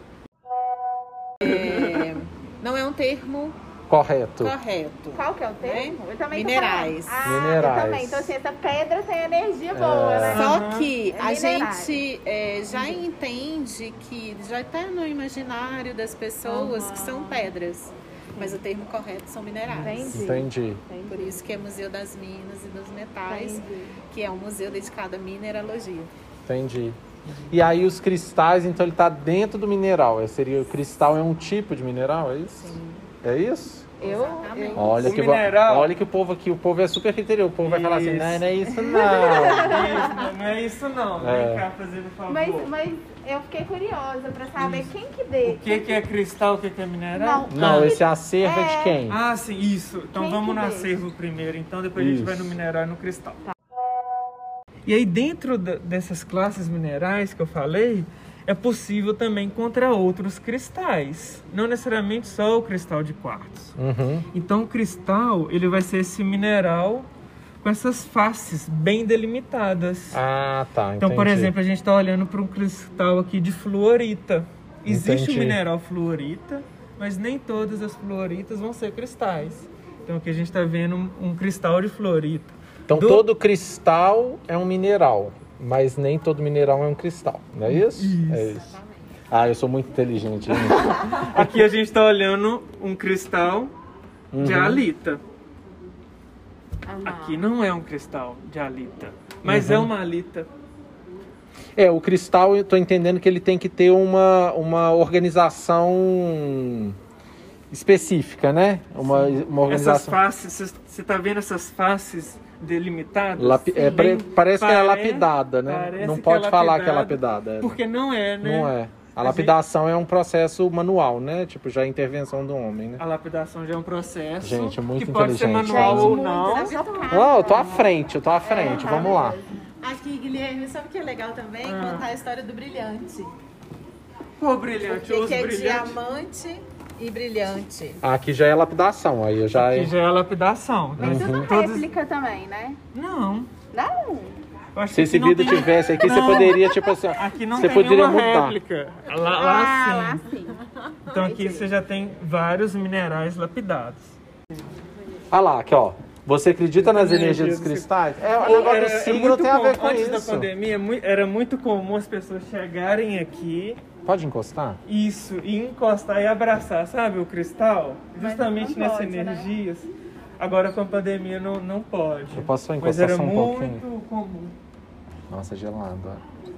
Speaker 7: Não é um termo
Speaker 1: Correto.
Speaker 7: Correto.
Speaker 2: Qual que é o termo? Eu também tô
Speaker 7: Minerais.
Speaker 2: falando. Ah,
Speaker 1: Minerais.
Speaker 2: Eu também. Então, assim, essa pedra tem energia boa, né?
Speaker 7: Só que
Speaker 2: É
Speaker 7: a
Speaker 2: minerário.
Speaker 7: gente é, já entende que já está no imaginário das pessoas que são pedras. Mas o termo correto são minerais.
Speaker 2: Entendi.
Speaker 1: Entendi.
Speaker 7: Por isso que é Museu das Minas e dos Metais,
Speaker 2: Entendi.
Speaker 7: que é um museu dedicado à mineralogia.
Speaker 1: Entendi. E aí os cristais, então ele tá dentro do mineral. É, Seria o cristal é um tipo de mineral, é isso? É isso?
Speaker 2: Eu,
Speaker 7: Exatamente.
Speaker 1: Olha
Speaker 6: O
Speaker 1: que bo-
Speaker 6: Um mineral.
Speaker 1: olha que o povo aqui, o povo é super criterioso. O povo vai falar assim,
Speaker 6: Isso.
Speaker 1: não, não é isso não.
Speaker 6: <laughs> Isso, não é isso não.
Speaker 1: É.
Speaker 6: Vem cá fazer um favor.
Speaker 2: mas, mas eu fiquei curiosa pra saber quem que deu.
Speaker 6: O que, que é cristal, o que, que é mineral?
Speaker 2: Não.
Speaker 1: não, esse acervo é de quem?
Speaker 6: Ah, sim, isso. Então
Speaker 2: Quem
Speaker 6: vamos
Speaker 2: que
Speaker 6: no
Speaker 2: deixa? Tá.
Speaker 6: acervo primeiro, então depois a
Speaker 1: Isso.
Speaker 6: gente vai no mineral e no cristal. E aí dentro da- dessas classes minerais que eu falei, é possível também encontrar outros cristais, não necessariamente só o cristal de quartzo.
Speaker 1: Uhum.
Speaker 6: Então o cristal, ele vai ser esse mineral com essas faces bem delimitadas.
Speaker 1: Ah, tá.
Speaker 6: Então, por
Speaker 1: entendi.
Speaker 6: exemplo, a gente está olhando para um cristal aqui de fluorita. Existe
Speaker 1: Entendi.
Speaker 6: o mineral fluorita, mas nem todas as fluoritas vão ser cristais. Então aqui a gente está vendo um, um cristal de fluorita.
Speaker 1: Então
Speaker 6: do-
Speaker 1: todo cristal é um mineral, mas nem todo mineral é um cristal, não é isso?
Speaker 6: Isso.
Speaker 1: É isso. Ah, eu sou muito inteligente. hein?
Speaker 6: Aqui a gente está olhando um cristal de
Speaker 1: Uhum.
Speaker 6: alita.
Speaker 2: Ah,
Speaker 6: Aqui não é um cristal de alita, mas
Speaker 1: Uhum.
Speaker 6: é uma alita.
Speaker 1: É, o cristal eu tô entendendo que ele tem que ter uma, uma organização específica, né? Uma, uma
Speaker 6: Essas
Speaker 1: organização.
Speaker 6: faces, você está vendo essas faces delimitadas?
Speaker 1: Lapi- é,
Speaker 6: Bem-
Speaker 1: pare- parece que é
Speaker 6: pare-
Speaker 1: lapidada, né?
Speaker 6: parece
Speaker 1: Não
Speaker 6: que é
Speaker 1: pode falar que é
Speaker 6: lapidada,
Speaker 1: lapidada. é.
Speaker 6: Porque não é, né?
Speaker 1: Não é. A
Speaker 6: A
Speaker 1: lapidação é um processo manual, né? Tipo, já é intervenção do homem, né?
Speaker 6: A lapidação já é um processo.
Speaker 1: Gente, é muito
Speaker 6: que pode ser
Speaker 1: inteligente.
Speaker 6: manual
Speaker 1: Gente,
Speaker 6: ou
Speaker 2: muito,
Speaker 6: não.
Speaker 2: tá chocada.
Speaker 1: Não, eu tô à frente, eu tô à frente. Vamos lá.
Speaker 7: Aqui, Guilherme, sabe o que é legal também?
Speaker 6: Ah.
Speaker 7: Contar a história do brilhante.
Speaker 6: Pô, brilhante,
Speaker 7: Porque
Speaker 6: os
Speaker 7: que é
Speaker 6: brilhantes.
Speaker 7: diamante e brilhante.
Speaker 1: Aqui já é lapidação, aí Uhum. eu já
Speaker 6: Que já é lapidação.
Speaker 2: Mas
Speaker 6: né?
Speaker 2: tudo
Speaker 6: Todas-
Speaker 2: réplica também, né?
Speaker 6: Não.
Speaker 2: Não.
Speaker 6: Eu acho
Speaker 1: Se
Speaker 6: que
Speaker 1: esse
Speaker 6: aqui não
Speaker 1: vidro
Speaker 6: tem-
Speaker 1: tivesse aqui, você
Speaker 6: Não.
Speaker 1: poderia, tipo assim, ó,
Speaker 6: Aqui não
Speaker 1: você
Speaker 6: tem
Speaker 1: poderia
Speaker 6: nenhuma
Speaker 1: mudar.
Speaker 6: réplica. Lá, lá
Speaker 2: ah,
Speaker 6: sim.
Speaker 2: lá sim.
Speaker 6: Então aqui você já tem vários minerais lapidados.
Speaker 1: Ah lá, aqui ó. Você acredita nas energias dos
Speaker 6: energias dos
Speaker 1: cristais? É, o negócio do signo
Speaker 6: muito
Speaker 1: tem a ver
Speaker 6: comum-
Speaker 1: com
Speaker 6: Antes da
Speaker 1: isso.
Speaker 6: pandemia, mui- era muito comum as pessoas chegarem aqui,
Speaker 1: Pode encostar?
Speaker 6: isso, e encostar e abraçar, sabe, o cristal? Justamente
Speaker 2: não
Speaker 6: nessas
Speaker 2: pode, né?
Speaker 6: energias. Agora com a pandemia não, não pode.
Speaker 1: Eu posso só
Speaker 6: Mas
Speaker 1: encostar
Speaker 6: era
Speaker 1: só um
Speaker 6: muito
Speaker 1: pouquinho?
Speaker 6: comum
Speaker 1: Nossa, gelado. ó.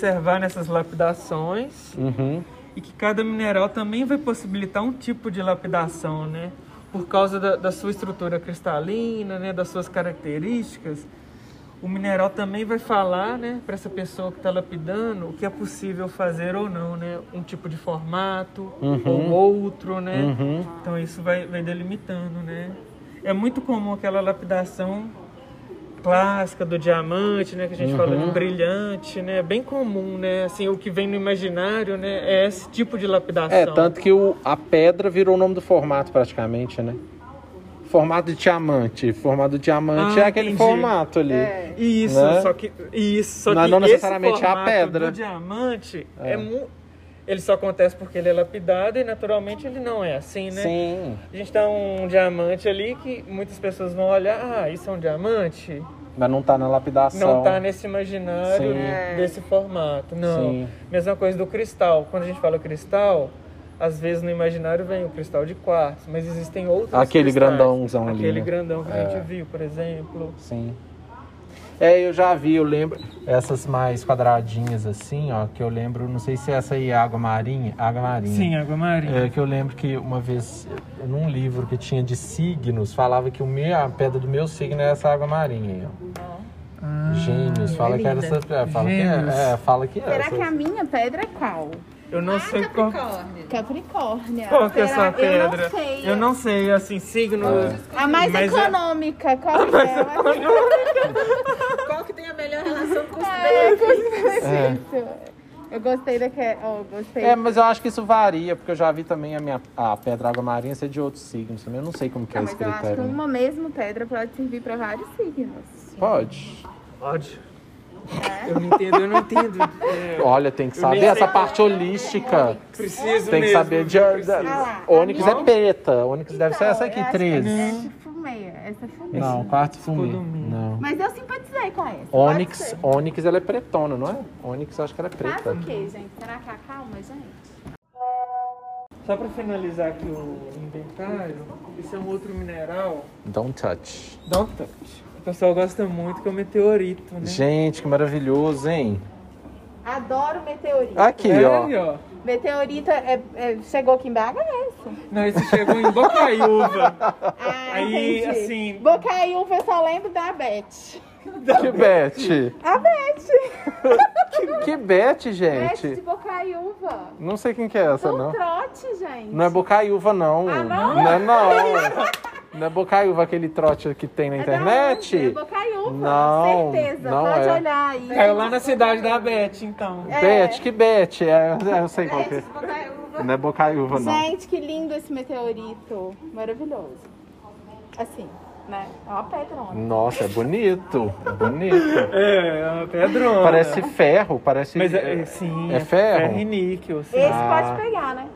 Speaker 6: observar nessas lapidações
Speaker 1: Uhum.
Speaker 6: e que cada mineral também vai possibilitar um tipo de lapidação, né? Por causa da, da sua estrutura cristalina, né? Das suas características, o mineral também vai falar, né? Para essa pessoa que está lapidando, o que é possível fazer ou não, né? Um tipo de formato ou outro, né?
Speaker 1: Uhum.
Speaker 6: Então isso vai, vai delimitando, né? É muito comum aquela lapidação clássica do diamante, né? Que a gente fala
Speaker 1: Uhum.
Speaker 6: de brilhante, né? É bem comum, né? Assim, o que vem no imaginário, né? É esse tipo de lapidação.
Speaker 1: É, tanto que o- a pedra virou o nome do formato praticamente, né? Formato de diamante. Formato de diamante
Speaker 6: Ah,
Speaker 1: é aquele
Speaker 6: entendi. É.
Speaker 1: formato ali.
Speaker 6: Isso,
Speaker 1: né?
Speaker 6: só que... Isso, só
Speaker 1: Não-
Speaker 6: que
Speaker 1: não
Speaker 6: esse
Speaker 1: necessariamente é a
Speaker 6: formato
Speaker 1: pedra.
Speaker 6: do diamante
Speaker 1: É.
Speaker 6: é, mu- Ele só acontece porque ele é lapidado e naturalmente ele não é assim, né?
Speaker 1: Sim.
Speaker 6: A gente tá um diamante ali que muitas pessoas vão olhar, ah, isso é um diamante?
Speaker 1: Mas não tá na lapidação.
Speaker 6: não tá nesse imaginário
Speaker 1: Sim.
Speaker 6: É. desse formato. Não.
Speaker 1: Sim.
Speaker 6: Mesma coisa do cristal. Quando a gente fala cristal, às vezes no imaginário vem o cristal de quartzo, mas existem outros
Speaker 1: Aquele
Speaker 6: cristais.
Speaker 1: grandãozão ali,
Speaker 6: Aquele
Speaker 1: né?
Speaker 6: grandão que a
Speaker 1: É.
Speaker 6: gente viu, por exemplo.
Speaker 1: Sim. É, eu já vi, eu lembro. Essas mais quadradinhas assim, ó, que eu lembro, não sei se essa aí é água marinha. Água marinha.
Speaker 6: água marinha.
Speaker 1: É que eu lembro que uma vez, eu- num livro que tinha de signos, falava que o meu, a pedra do meu signo era essa água marinha. aí, ó. Gênios, fala que era essa. Ah, é, Fala que
Speaker 6: Gêmeos.
Speaker 1: é, é, fala que é.
Speaker 2: Será
Speaker 1: essa-
Speaker 2: que a minha pedra é qual?
Speaker 6: Eu não sei qual,
Speaker 7: Capricórnio.
Speaker 2: Capricórnio.
Speaker 6: qual que é essa
Speaker 2: Será?
Speaker 6: pedra.
Speaker 2: tá Eu não sei.
Speaker 6: Eu não sei, assim, signo.
Speaker 2: A mais
Speaker 6: Mas é-
Speaker 2: econômica, qual que é?
Speaker 7: Qual que tem a melhor relação com os
Speaker 2: É, custo-benefício. Eu gostei da que... Oh, gostei.
Speaker 1: É, mas eu acho que isso varia, porque eu já vi também a minha a pedra água marinha ser de outros signos também. Eu não sei como que é
Speaker 2: Não,
Speaker 1: esse
Speaker 2: Ah, mas eu acho que
Speaker 1: critério. né?
Speaker 2: uma mesma pedra pode servir para vários signos.
Speaker 1: Pode.
Speaker 6: Pode.
Speaker 2: É?
Speaker 6: Eu não entendo, eu não entendo. É,
Speaker 1: Olha, tem que
Speaker 6: Eu nem
Speaker 1: saber essa
Speaker 6: sei.
Speaker 1: parte holística.
Speaker 6: preciso
Speaker 1: Tem que
Speaker 6: mesmo, um
Speaker 1: saber de.
Speaker 6: eu preciso.
Speaker 2: Ah
Speaker 1: da- Onyx é preta. Onyx deve ser essa aqui,
Speaker 2: Então, eu acho que Essa
Speaker 1: 13.
Speaker 2: é fumê, essa é fumê.
Speaker 1: Não, quarto fumê.
Speaker 6: Escodomia.
Speaker 1: Não.
Speaker 2: Mas eu simpatizei com essa. pode
Speaker 1: Onyx,
Speaker 2: ser.
Speaker 1: Onyx ela é pretona, não é? Onyx eu acho que ela é
Speaker 2: Faz
Speaker 1: preta.
Speaker 2: o quê, gente? Será que acalma, gente?
Speaker 6: Só para finalizar aqui o inventário, esse é um outro mineral,
Speaker 2: é.
Speaker 1: Don't touch.
Speaker 6: don't touch. O pessoal gosta muito que é o meteorito, né?
Speaker 1: Uhum. Gente, que maravilhoso, hein?
Speaker 2: Adoro meteorito.
Speaker 1: Aqui,
Speaker 6: é,
Speaker 1: ó.
Speaker 6: ó.
Speaker 2: Meteorito é- é- chegou aqui em BH, é isso?
Speaker 6: Não, esse chegou
Speaker 1: <laughs>
Speaker 6: em Bocaiúva.
Speaker 2: Ah,
Speaker 6: Aí,
Speaker 2: entendi.
Speaker 6: assim-
Speaker 2: Bocaiúva, eu só lembro da Beth.
Speaker 1: Que bete.
Speaker 2: A Beth!
Speaker 1: Que, que bete,
Speaker 2: Beth de
Speaker 1: gente.
Speaker 2: Bocaiúva.
Speaker 1: Não sei quem que é essa,
Speaker 2: Do
Speaker 1: não.
Speaker 2: um trote, gente.
Speaker 1: Não é bocaiúva, não.
Speaker 2: Ah, não?
Speaker 1: Não é,
Speaker 2: <laughs>
Speaker 1: não. Não é bocaiúva aquele trote que tem na
Speaker 2: É da
Speaker 1: internet?
Speaker 2: onde? É Bocaiúva,
Speaker 1: Não,
Speaker 2: certeza.
Speaker 1: não
Speaker 2: Pode
Speaker 1: é.
Speaker 2: olhar aí.
Speaker 6: Caiu lá na cidade da Beth, então.
Speaker 2: É.
Speaker 1: Bete, que bete. É, eu sei qual que é. Não é bocaiúva, não.
Speaker 2: Gente, que lindo esse meteorito. Maravilhoso. Assim, né? É uma pedrona.
Speaker 1: Nossa, é bonito. É bonito.
Speaker 6: É, é uma pedrona.
Speaker 1: Parece ferro, parece.
Speaker 6: Mas é, é- sim,
Speaker 1: É ferro?
Speaker 6: e níquel, assim.
Speaker 2: Esse
Speaker 1: Ah.
Speaker 2: pode pegar, né?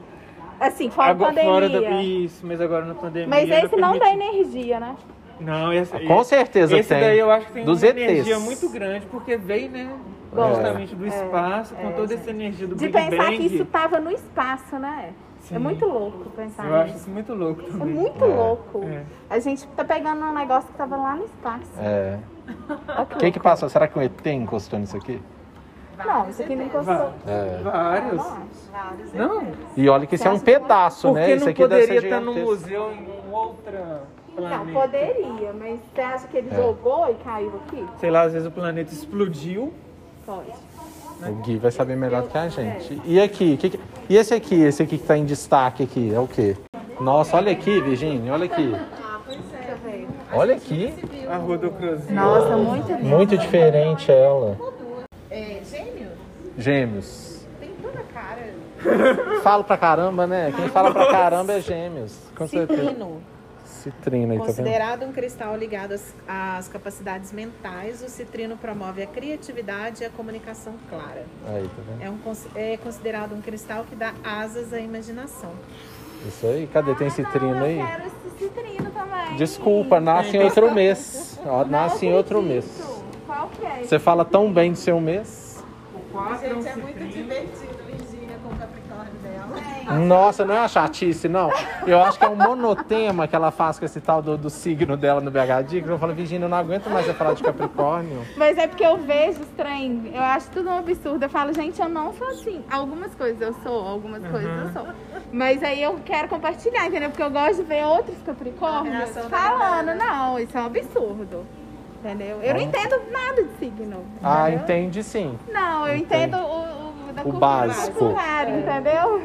Speaker 2: Assim, fora a
Speaker 6: Agora-
Speaker 2: pandemia.
Speaker 6: fora da- Isso, mas agora na pandemia.
Speaker 2: Mas esse não dá
Speaker 6: permite.
Speaker 2: energia, né?
Speaker 6: Não, esse,
Speaker 1: Ah, Com certeza
Speaker 6: esse
Speaker 1: tem.
Speaker 6: daí eu acho que tem
Speaker 1: Dos
Speaker 6: uma
Speaker 1: ETs.
Speaker 6: energia muito grande, porque veio, né?
Speaker 1: Bom,
Speaker 6: justamente do espaço, com toda essa energia do
Speaker 2: é, De
Speaker 6: Big
Speaker 2: pensar
Speaker 6: Bang.
Speaker 2: que isso tava no espaço, né?
Speaker 6: Sim.
Speaker 2: É muito louco pensar
Speaker 6: Eu acho
Speaker 2: nisso.
Speaker 6: isso muito louco
Speaker 2: É
Speaker 6: também.
Speaker 2: muito louco.
Speaker 6: Uhum. É.
Speaker 2: A gente tá pegando um negócio que tava lá no espaço.
Speaker 1: É. Quem que passou? Será que um ET encostou nisso aqui?
Speaker 2: Não, isso aqui não encostou.
Speaker 6: Vai.
Speaker 1: É.
Speaker 6: Vários. Não,
Speaker 1: E olha que isso é um pedaço,
Speaker 6: porque
Speaker 1: né? Isso
Speaker 6: não
Speaker 1: aqui deve
Speaker 6: poderia
Speaker 1: ser
Speaker 6: estar num
Speaker 1: gigantesco.
Speaker 6: museu em outra
Speaker 5: Então,
Speaker 6: planeta.
Speaker 2: Não, poderia, mas você acha que ele
Speaker 1: É.
Speaker 2: jogou e caiu aqui?
Speaker 6: Sei lá, às vezes o planeta explodiu.
Speaker 2: Pode.
Speaker 6: né?
Speaker 1: O Gui vai saber melhor do que a gente. E aqui? que que- E esse aqui? Esse aqui que tá em destaque aqui? É o quê? Nossa, olha aqui, Virginia. Olha aqui.
Speaker 7: Ah, é.
Speaker 1: Olha aqui.
Speaker 6: A Rua do Cruzeiro.
Speaker 2: Nossa, muito lindo.
Speaker 1: Muito diferente ela.
Speaker 5: É, gêmeo?
Speaker 1: Gêmeos.
Speaker 5: Tem toda a cara.
Speaker 1: Falo pra caramba, né? Quem fala pra caramba é gêmeos. Com certeza.
Speaker 5: Citrino.
Speaker 1: Citrina aí, tá vendo?
Speaker 5: Considerado um cristal ligado às, às capacidades mentais, o citrino promove a criatividade e a comunicação clara.
Speaker 1: Aí, tá vendo?
Speaker 5: É, um, cons- é considerado um cristal que dá asas à imaginação.
Speaker 1: Isso aí. Cadê? Tem citrina aí?
Speaker 2: Eu quero esse citrino também.
Speaker 1: Desculpa, nasce em outro mês. Ó,
Speaker 2: Não
Speaker 1: nasce em outro mês.
Speaker 2: acredito. é Qual que é?
Speaker 1: Você fala tão bem do seu mês.
Speaker 5: Gente, é muito divertido, Virgínia, com o Capricórnio dela.
Speaker 1: Nossa, não é uma chatice, não. Eu acho que é um monotema que ela faz com esse tal do, do signo dela no BH Dica. Eu falo, Virginia, eu não aguento mais você falar de Capricórnio.
Speaker 2: Mas é porque eu vejo os trem, eu acho tudo um absurdo. Eu falo, gente, eu não sou assim. Algumas coisas eu sou, algumas coisas eu sou. Mas aí eu quero compartilhar, entendeu? Porque eu gosto de ver outros Capricórnios
Speaker 5: Abração da
Speaker 2: falando, não, isso é um absurdo. Entendeu? Eu não entendo nada de signo.
Speaker 1: Ah,
Speaker 2: entendeu?
Speaker 1: entende sim.
Speaker 2: Não, eu entendo o, o da
Speaker 1: O
Speaker 2: cultura
Speaker 1: básico.
Speaker 2: popular, entendeu?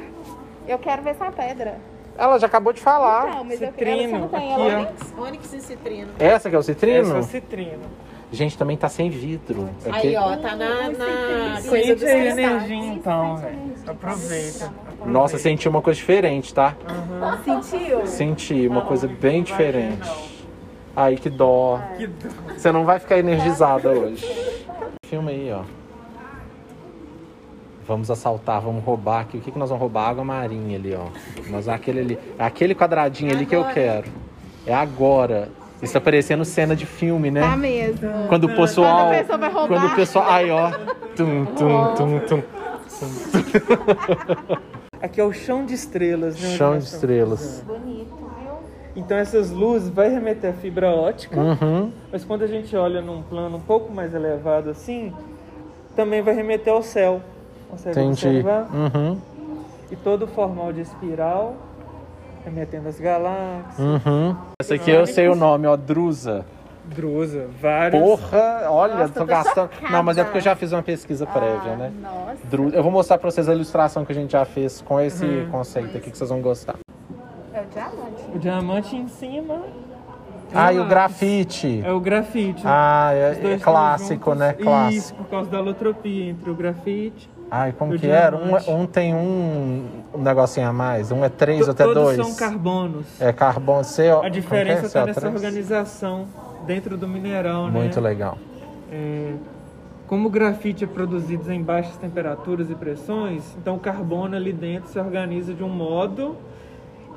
Speaker 2: Eu quero ver essa pedra.
Speaker 1: Ela já acabou de falar.
Speaker 2: Não, mas eu
Speaker 6: citrino,
Speaker 2: quero. Você não tem
Speaker 6: aqui,
Speaker 2: ela?
Speaker 6: ó.
Speaker 5: Ônix É, e citrino.
Speaker 1: Essa que é o
Speaker 6: Essa é
Speaker 1: citrino?
Speaker 6: o citrino.
Speaker 1: Gente, também tá sem vidro.
Speaker 5: Aí,
Speaker 1: Aqui-
Speaker 5: ó, tá na, na coisa
Speaker 6: Sente
Speaker 5: dos
Speaker 6: a
Speaker 5: cristais.
Speaker 6: energia então, velho. Aproveita.
Speaker 1: Nossa, senti uma coisa diferente, tá?
Speaker 2: Sentiu?
Speaker 1: Senti uma coisa bem diferente. Ai, que dó.
Speaker 6: Que do-
Speaker 1: Você não vai ficar energizada hoje. Filma aí, ó. Vamos assaltar, vamos roubar aqui. O que, que nós vamos roubar? Água marinha ali, ó. Mas aquele ali. Aquele quadradinho ali que eu quero. É agora. Isso tá parecendo cena de filme, né?
Speaker 2: Tá mesmo.
Speaker 1: Quando o pessoal.
Speaker 2: Quando a pessoa vai roubar.
Speaker 1: Quando o pessoal. Aí, ó. Tum, tum, tum, tum.
Speaker 6: Aqui é o chão de estrelas, né?
Speaker 1: Chão de
Speaker 6: Anderson?
Speaker 1: estrelas.
Speaker 6: Então essas luzes vai remeter à fibra ótica,
Speaker 1: Uhum.
Speaker 6: mas quando a gente olha num plano um pouco mais elevado assim, também vai remeter ao céu. Consegue
Speaker 1: Entendi.
Speaker 6: observar?
Speaker 1: Uhum.
Speaker 6: E todo o formal de espiral, remetendo às galáxias.
Speaker 1: Uhum. Essa aqui eu sei o nome, ó. Drusa.
Speaker 6: Drusa, vários.
Speaker 1: Hum. Porra, olha,
Speaker 2: Nossa,
Speaker 1: tô
Speaker 2: tô
Speaker 1: gastando.
Speaker 2: chocada.
Speaker 1: Não, mas é porque eu já fiz uma pesquisa prévia, né?
Speaker 2: Nossa.
Speaker 6: Ah.
Speaker 1: Dru- Eu vou mostrar pra vocês a ilustração que a gente já fez com esse
Speaker 6: Uhum.
Speaker 1: conceito aqui que vocês vão gostar.
Speaker 2: É o diamante.
Speaker 6: O diamante em cima.
Speaker 1: Ah, e o
Speaker 6: lápis.
Speaker 1: grafite.
Speaker 6: É o grafite.
Speaker 1: Ah,
Speaker 6: Os
Speaker 1: é,
Speaker 6: dois
Speaker 1: é
Speaker 6: estão
Speaker 1: clássico,
Speaker 6: juntos.
Speaker 1: né?
Speaker 6: Isso,
Speaker 1: Clássico.
Speaker 6: por causa da alotropia entre o grafite.
Speaker 1: Ai, como
Speaker 6: Do
Speaker 1: que era? Um,
Speaker 6: diamante.
Speaker 1: um tem um, um negocinho a mais, um é três,
Speaker 6: To-
Speaker 1: outro é
Speaker 6: Todos
Speaker 1: dois.
Speaker 6: são carbonos.
Speaker 1: É carbono CO.
Speaker 6: A diferença tá
Speaker 1: como
Speaker 6: está
Speaker 1: que é?
Speaker 6: nessa
Speaker 1: CO3?
Speaker 6: organização dentro do mineral, né?
Speaker 1: Muito legal.
Speaker 6: É, Como o grafite é produzido em baixas temperaturas e pressões, então o carbono ali dentro se organiza de um modo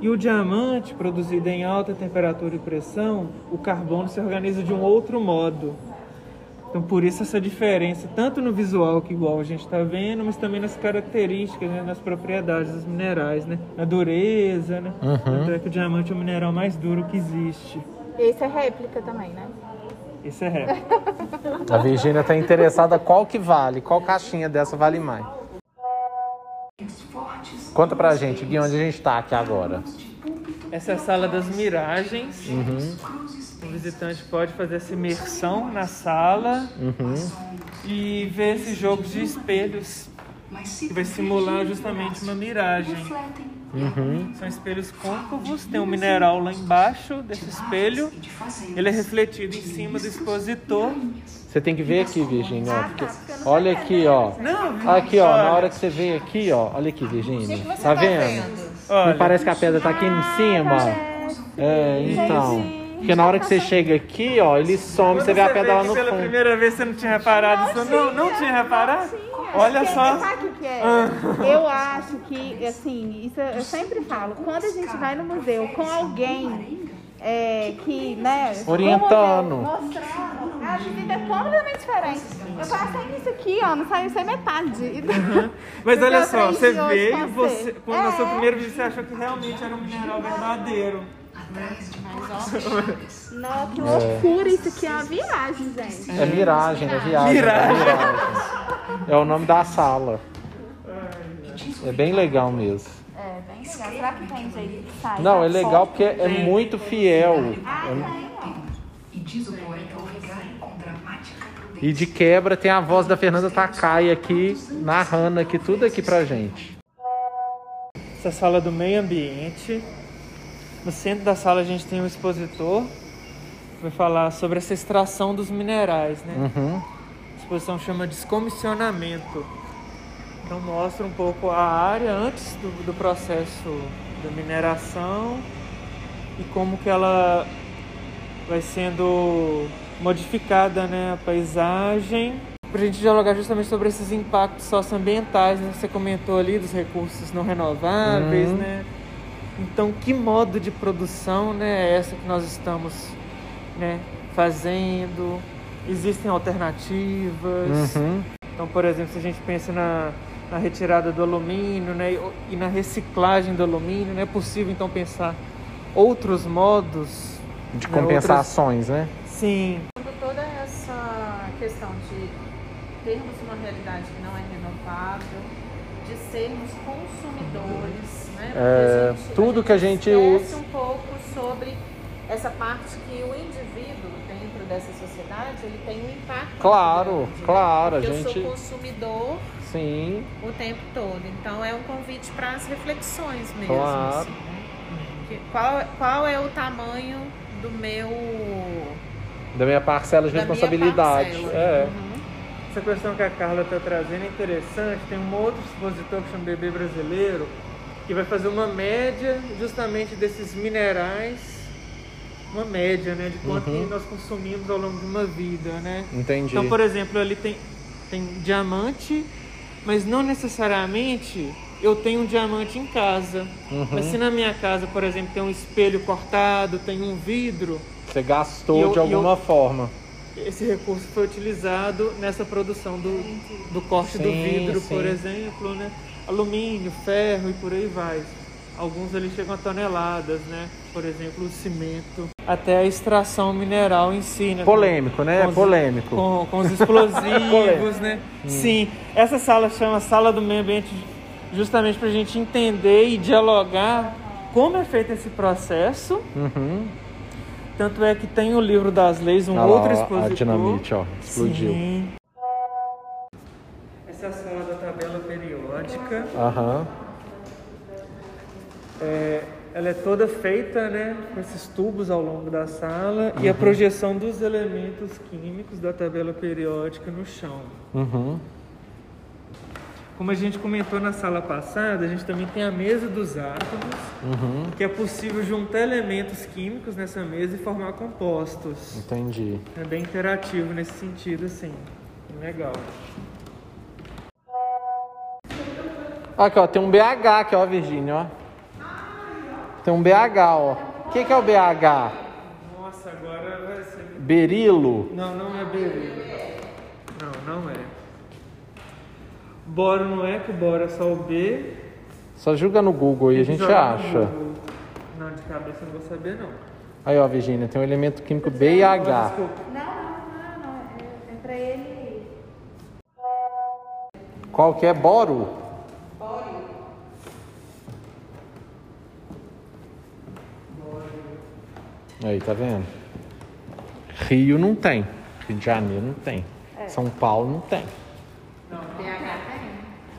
Speaker 6: e o diamante produzido em alta temperatura e pressão, o carbono se organiza de um outro modo. Então por isso essa diferença tanto no visual que igual a gente está vendo, mas também nas características, né, nas propriedades dos minerais, né, na dureza, né.
Speaker 1: Uhum.
Speaker 6: Tanto é que o diamante é o mineral mais duro que existe.
Speaker 2: Esse é réplica também, né?
Speaker 6: Esse é ré.
Speaker 1: A Virgínia tá interessada qual que vale, qual caixinha dessa vale mais. Conta pra gente, Gui, onde a gente tá aqui agora.
Speaker 6: Essa é a sala das miragens. O visitante pode fazer essa imersão na sala
Speaker 1: Uhum.
Speaker 6: e ver esse jogo de espelhos que vai simular justamente uma miragem. São espelhos côncavos, tem um mineral lá embaixo desse espelho. Ele é refletido em cima do expositor.
Speaker 1: Você tem que ver aqui, Virgínia, ó, porque- olha aqui, ó.
Speaker 6: Não,
Speaker 1: Aqui, ó,
Speaker 6: olha.
Speaker 1: na hora que você vem aqui, ó. Olha aqui, Virgínia.
Speaker 7: que você tá
Speaker 1: Tá vendo?
Speaker 7: vendo?
Speaker 1: Não
Speaker 6: Olha,
Speaker 1: parece que a pedra tá aqui em
Speaker 2: Ah,
Speaker 1: cima? É, então. Porque na hora que você chega aqui, ó, ele some,
Speaker 6: quando
Speaker 1: você vê a
Speaker 6: vê
Speaker 1: pedra lá
Speaker 6: que
Speaker 1: no
Speaker 6: pela
Speaker 1: fundo.
Speaker 6: primeira vez você não tinha reparado isso? Não, não tinha reparado? Olha só. Ah.
Speaker 2: Sabe o que que é? Eu acho que, assim, isso eu sempre falo, quando a gente vai no museu com alguém é, que, né, do
Speaker 1: Orientando.
Speaker 2: museu, mostrando, a vida é completamente diferente. Eu passei isso aqui, ó, não saiu sem metade.
Speaker 6: Uhum.
Speaker 2: Então,
Speaker 6: Mas
Speaker 2: Do que
Speaker 6: olha
Speaker 2: eu
Speaker 6: só,
Speaker 2: aprendi
Speaker 6: você
Speaker 2: hoje
Speaker 6: veio,
Speaker 2: com
Speaker 6: você, quando
Speaker 2: é,
Speaker 6: na sua primeira vez você achou que realmente era um mineral verdadeiro.
Speaker 2: Não, que loucura, isso aqui é uma viagem, gente.
Speaker 1: É miragem, é viagem.
Speaker 6: Miragem.
Speaker 1: É, miragem. É o nome da sala. É bem legal mesmo.
Speaker 2: É, bem legal. Será que tem jeito de sair?
Speaker 1: Não, é legal porque é muito fiel. E de quebra tem a voz da Fernanda Takai aqui, narrando aqui, tudo aqui pra gente.
Speaker 6: Essa é a sala do meio ambiente. No centro da sala a gente tem um expositor que vai falar sobre essa extração dos minerais, né?
Speaker 1: Uhum.
Speaker 6: A exposição chama Descomissionamento. Então mostra um pouco a área antes do, do processo da mineração e como que ela vai sendo modificada, né, a paisagem. Para a gente dialogar justamente sobre esses impactos socioambientais, né? Você comentou ali dos recursos não renováveis,
Speaker 1: Uhum.
Speaker 6: né? Então, que modo de produção né, é essa que nós estamos né, fazendo? Existem alternativas?
Speaker 1: Uhum.
Speaker 6: Então, por exemplo, se a gente pensa na, na retirada do alumínio né, e o- e na reciclagem do alumínio, né, é possível então pensar outros modos?
Speaker 1: De
Speaker 6: né,
Speaker 1: compensações, né?
Speaker 6: outras- Sim.
Speaker 5: Quando toda essa questão de termos uma realidade que não é renovável, de sermos consumidores, né?
Speaker 1: É,
Speaker 5: Porque
Speaker 1: tudo que a gente
Speaker 5: esquece
Speaker 1: usa.
Speaker 5: um pouco sobre essa parte que o indivíduo dentro dessa sociedade ele tem um impacto.
Speaker 1: Claro,
Speaker 5: muito grande, né?
Speaker 1: claro, a
Speaker 5: Porque Eu
Speaker 1: gente-
Speaker 5: sou consumidor
Speaker 1: Sim.
Speaker 5: o tempo todo. Então é um convite para as reflexões mesmo.
Speaker 1: Claro.
Speaker 5: assim, né? Que- qual, qual é o tamanho do meu
Speaker 1: Da minha parcela de
Speaker 5: Da minha
Speaker 1: responsabilidade.
Speaker 5: parcela. Uhum.
Speaker 1: É.
Speaker 6: Essa questão que a Carla está trazendo é interessante. Tem um outro expositor que chama Bebê Brasileiro, que vai fazer uma média justamente desses minerais, uma média, né? De quanto
Speaker 1: Uhum.
Speaker 6: que nós consumimos ao longo de uma vida, né?
Speaker 1: Entendi.
Speaker 6: Então, por exemplo, ali tem, tem diamante, mas não necessariamente eu tenho um diamante em casa.
Speaker 1: Uhum.
Speaker 6: Mas se na minha casa, por exemplo, tem um espelho cortado, tem um vidro,
Speaker 1: Você gastou
Speaker 6: E eu-
Speaker 1: de
Speaker 6: e
Speaker 1: alguma
Speaker 6: eu-
Speaker 1: forma.
Speaker 6: esse recurso foi utilizado nessa produção do, do corte do
Speaker 1: Sim,
Speaker 6: vidro, por
Speaker 1: sim.
Speaker 6: exemplo, né? Alumínio, ferro e por aí vai. Alguns ali chegam a toneladas, né? Por exemplo, o cimento. Até a extração mineral em si, né?
Speaker 1: Polêmico, né?
Speaker 6: Com os-
Speaker 1: Polêmico.
Speaker 6: Com, com
Speaker 1: <laughs>
Speaker 6: os explosivos,
Speaker 1: Polêmico. Hum.
Speaker 6: né? Sim. Essa sala chama Sala do Meio Ambiente justamente para a gente entender e dialogar como é feito esse processo.
Speaker 1: Uhum.
Speaker 6: Tanto é que tem o livro das leis, um
Speaker 1: Olha Tá lá,
Speaker 6: outro
Speaker 1: ó,
Speaker 6: expositor.
Speaker 1: a dinamite, ó. Explodiu.
Speaker 6: Sim. Essa é a sala da tabela periódica.
Speaker 1: Aham.
Speaker 6: É, ela é toda feita, né, com esses tubos ao longo da sala e a projeção dos elementos químicos da tabela periódica no chão.
Speaker 1: Uhum.
Speaker 6: Como a gente comentou na sala passada, a gente também tem a mesa dos átomos, que é possível juntar elementos químicos nessa mesa e formar compostos.
Speaker 1: Entendi.
Speaker 6: É bem interativo nesse sentido, assim. Legal.
Speaker 1: Aqui, ó, tem um BH aqui, ó, Virgínia, ó. Tem um BH, ó. O que, que é o BH?
Speaker 6: Nossa, agora vai ser.
Speaker 1: Berilo?
Speaker 6: Não, não é bebida. Não, não é. Bora não é que o bora é só o B.
Speaker 1: Só julga no Google e a gente
Speaker 6: Joga no
Speaker 1: acha.
Speaker 6: Google. Não, de cabeça eu não vou saber não.
Speaker 1: Aí, ó, Virgínia, tem um elemento químico B e H.
Speaker 6: Desculpa.
Speaker 2: Não, não, não, não. É, é pra ele.
Speaker 1: Qual que é? Boro? Aí, tá vendo? Rio não tem. Rio de Janeiro não tem. São Paulo não tem.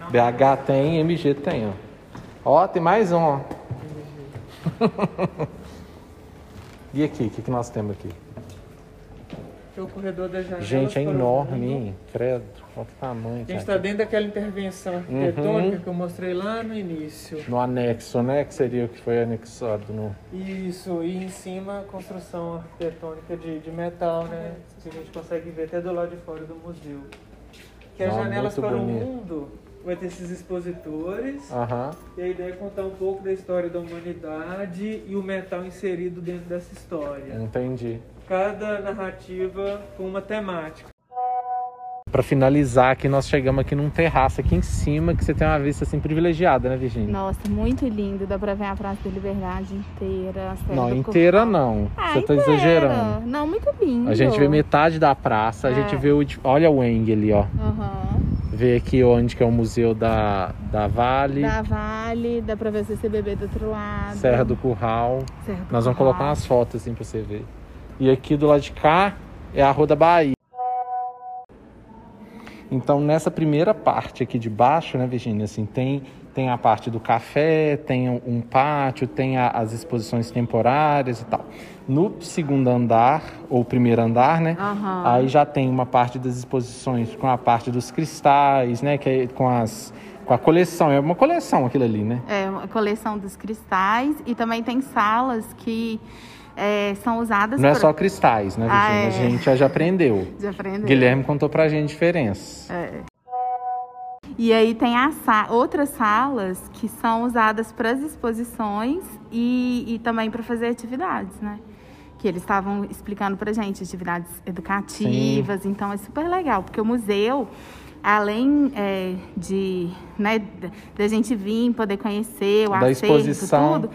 Speaker 1: BH tem, MG tem, ó. Ó, tem mais um, ó. <laughs> e aqui, o que, que nós temos aqui?
Speaker 6: Tem o corredor da janela.
Speaker 1: Gente, é
Speaker 6: para o
Speaker 1: enorme,
Speaker 6: mundo.
Speaker 1: hein? Credo. Olha que tamanho,
Speaker 6: A gente tá
Speaker 1: cara.
Speaker 6: está dentro daquela intervenção
Speaker 1: Uhum.
Speaker 6: arquitetônica que eu mostrei lá no início.
Speaker 1: No anexo, né? Que seria o que foi anexado no.
Speaker 6: Isso, e em cima a construção arquitetônica de, de metal, né? Que a gente consegue ver até do lado de fora do museu. Que as
Speaker 1: Não,
Speaker 6: janelas
Speaker 1: muito
Speaker 6: para
Speaker 1: bonito.
Speaker 6: o mundo vai ter esses expositores.
Speaker 1: Aham.
Speaker 6: E a ideia é contar um pouco da história da humanidade e o metal inserido dentro dessa história.
Speaker 1: Entendi.
Speaker 6: Cada narrativa com uma temática.
Speaker 1: Pra finalizar, aqui nós chegamos aqui num terraço aqui em cima que você tem uma vista assim privilegiada, né, Virginia?
Speaker 2: Nossa, muito lindo. Dá pra ver a Praça da Liberdade inteira. a Serra
Speaker 1: Não,
Speaker 2: do
Speaker 1: inteira
Speaker 2: Curral.
Speaker 1: não.
Speaker 2: Ah,
Speaker 1: você
Speaker 2: inteira.
Speaker 1: tá exagerando.
Speaker 2: Não, muito lindo.
Speaker 1: A gente vê metade da praça, a gente
Speaker 2: É.
Speaker 1: vê o. edif- Olha o Eng ali, ó.
Speaker 2: Aham.
Speaker 1: Vê aqui onde que é o museu da, da Vale,
Speaker 2: Da Vale, dá pra ver o CCBB do outro lado.
Speaker 1: Serra do Curral.
Speaker 2: Serra do
Speaker 1: Nós vamos
Speaker 2: Curral.
Speaker 1: colocar umas fotos assim pra você ver. E aqui do lado de cá é a Rua da Bahia. Então, nessa primeira parte aqui de baixo, né, Virginia, assim, tem, tem a parte do café, tem um- um pátio, tem a- as exposições temporárias e tal. No segundo andar, ou primeiro andar, né,
Speaker 2: Aham.
Speaker 1: aí já tem uma parte das exposições com a parte dos cristais, né, que é com, as, com a coleção. É uma coleção aquilo ali, né?
Speaker 2: É, a coleção dos cristais e também tem salas que é, são usadas
Speaker 1: Não é
Speaker 2: pra-
Speaker 1: só cristais, né, Virginia?
Speaker 2: Ah, é.
Speaker 1: A gente já aprendeu.
Speaker 2: de aprender.
Speaker 1: Guilherme contou pra gente diferença.
Speaker 2: É. E aí tem as sa- outras salas que são usadas para as exposições e, e também para fazer atividades, né? Que eles estavam explicando para gente, atividades educativas. Então é super legal, porque o museu, além é, de né, da- da gente vir, poder conhecer o
Speaker 1: Da
Speaker 2: acervo,
Speaker 1: exposição.
Speaker 2: tudo,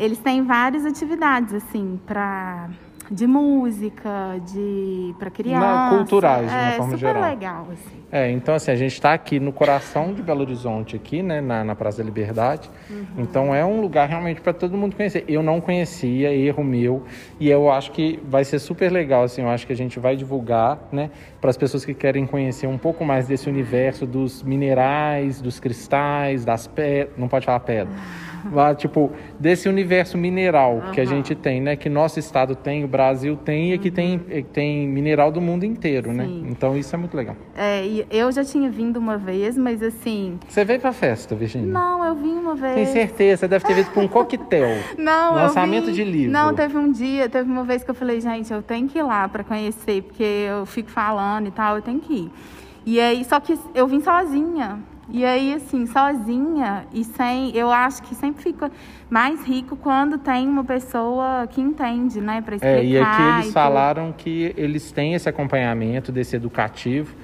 Speaker 2: eles têm várias atividades assim para de música, de para criança,
Speaker 1: culturais, de uma
Speaker 2: é
Speaker 1: forma
Speaker 2: super
Speaker 1: geral.
Speaker 2: legal assim.
Speaker 1: É, então assim, a gente tá aqui no coração de Belo Horizonte, aqui, né, na, na Praça da Liberdade.
Speaker 2: Uhum.
Speaker 1: Então é um lugar realmente pra todo mundo conhecer. Eu não conhecia, erro meu, e eu acho que vai ser super legal, assim, eu acho que a gente vai divulgar, né, para as pessoas que querem conhecer um pouco mais desse universo dos minerais, dos cristais, das pedras, não pode falar pedra. Mas, tipo, desse universo mineral que a
Speaker 2: Uhum. Aham. Uhum.
Speaker 1: gente tem, né? Que nosso estado tem, o Brasil tem e que tem, e que tem mineral do mundo inteiro, né?
Speaker 2: Sim.
Speaker 1: Então isso é muito legal.
Speaker 2: É, e eu já tinha vindo uma vez, mas assim.
Speaker 1: Você veio pra festa, Virginia?
Speaker 2: Não, eu vim uma vez.
Speaker 1: Tenho certeza, você deve ter vindo pra um coquetel.
Speaker 2: Não, eu
Speaker 1: Lançamento
Speaker 2: vim-
Speaker 1: de livro.
Speaker 2: Não, teve um dia, teve uma vez que eu falei, gente, eu tenho que ir lá pra conhecer, porque eu fico falando e tal, eu tenho que ir. E aí, só que eu vim sozinha. E aí, assim, sozinha e sem. Eu acho que sempre fica mais rico quando tem uma pessoa que entende, né, pra explicar.
Speaker 1: É, e aqui eles
Speaker 2: tudo.
Speaker 1: falaram que eles têm esse acompanhamento desse educativo,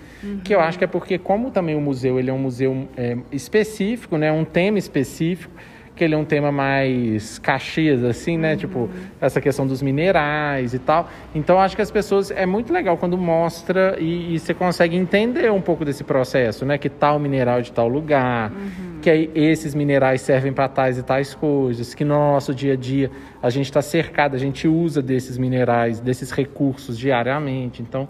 Speaker 1: que eu acho que é porque como também o museu ele é um museu é, específico, né, um tema específico, que ele é um tema mais caxias assim, né, tipo essa questão dos minerais e tal. Então eu acho que as pessoas é muito legal quando mostra e, e você consegue entender um pouco desse processo, né, que tal mineral de tal lugar, que aí esses minerais servem para tais e tais coisas, que no nosso dia a dia a gente está cercado, a gente usa desses minerais, desses recursos diariamente. Então,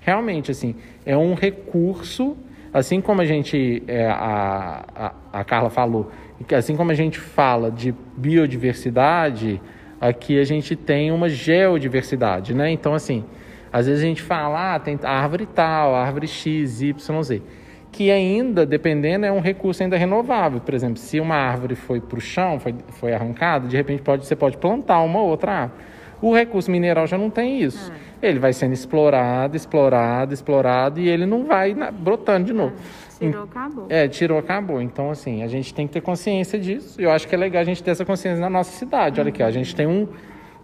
Speaker 1: realmente, assim, é um recurso, assim como a gente, é, a, a, a Carla falou, que assim como a gente fala de biodiversidade, aqui a gente tem uma geodiversidade, né? Então, assim, às vezes a gente fala, ah, tem a árvore tal, a árvore X, Y, Z que ainda, dependendo, é um recurso ainda renovável. Por exemplo, se uma árvore foi para o chão, foi, foi arrancada, de repente pode, você pode plantar uma outra árvore. O recurso mineral já não tem isso. Ele vai sendo explorado, explorado, explorado e ele não vai na- brotando de novo.
Speaker 2: Tirou, acabou.
Speaker 1: É, tirou, acabou. Então, assim, a gente tem que ter consciência disso. E eu acho que é legal a gente ter essa consciência na nossa cidade. Olha aqui, ó, a gente tem um,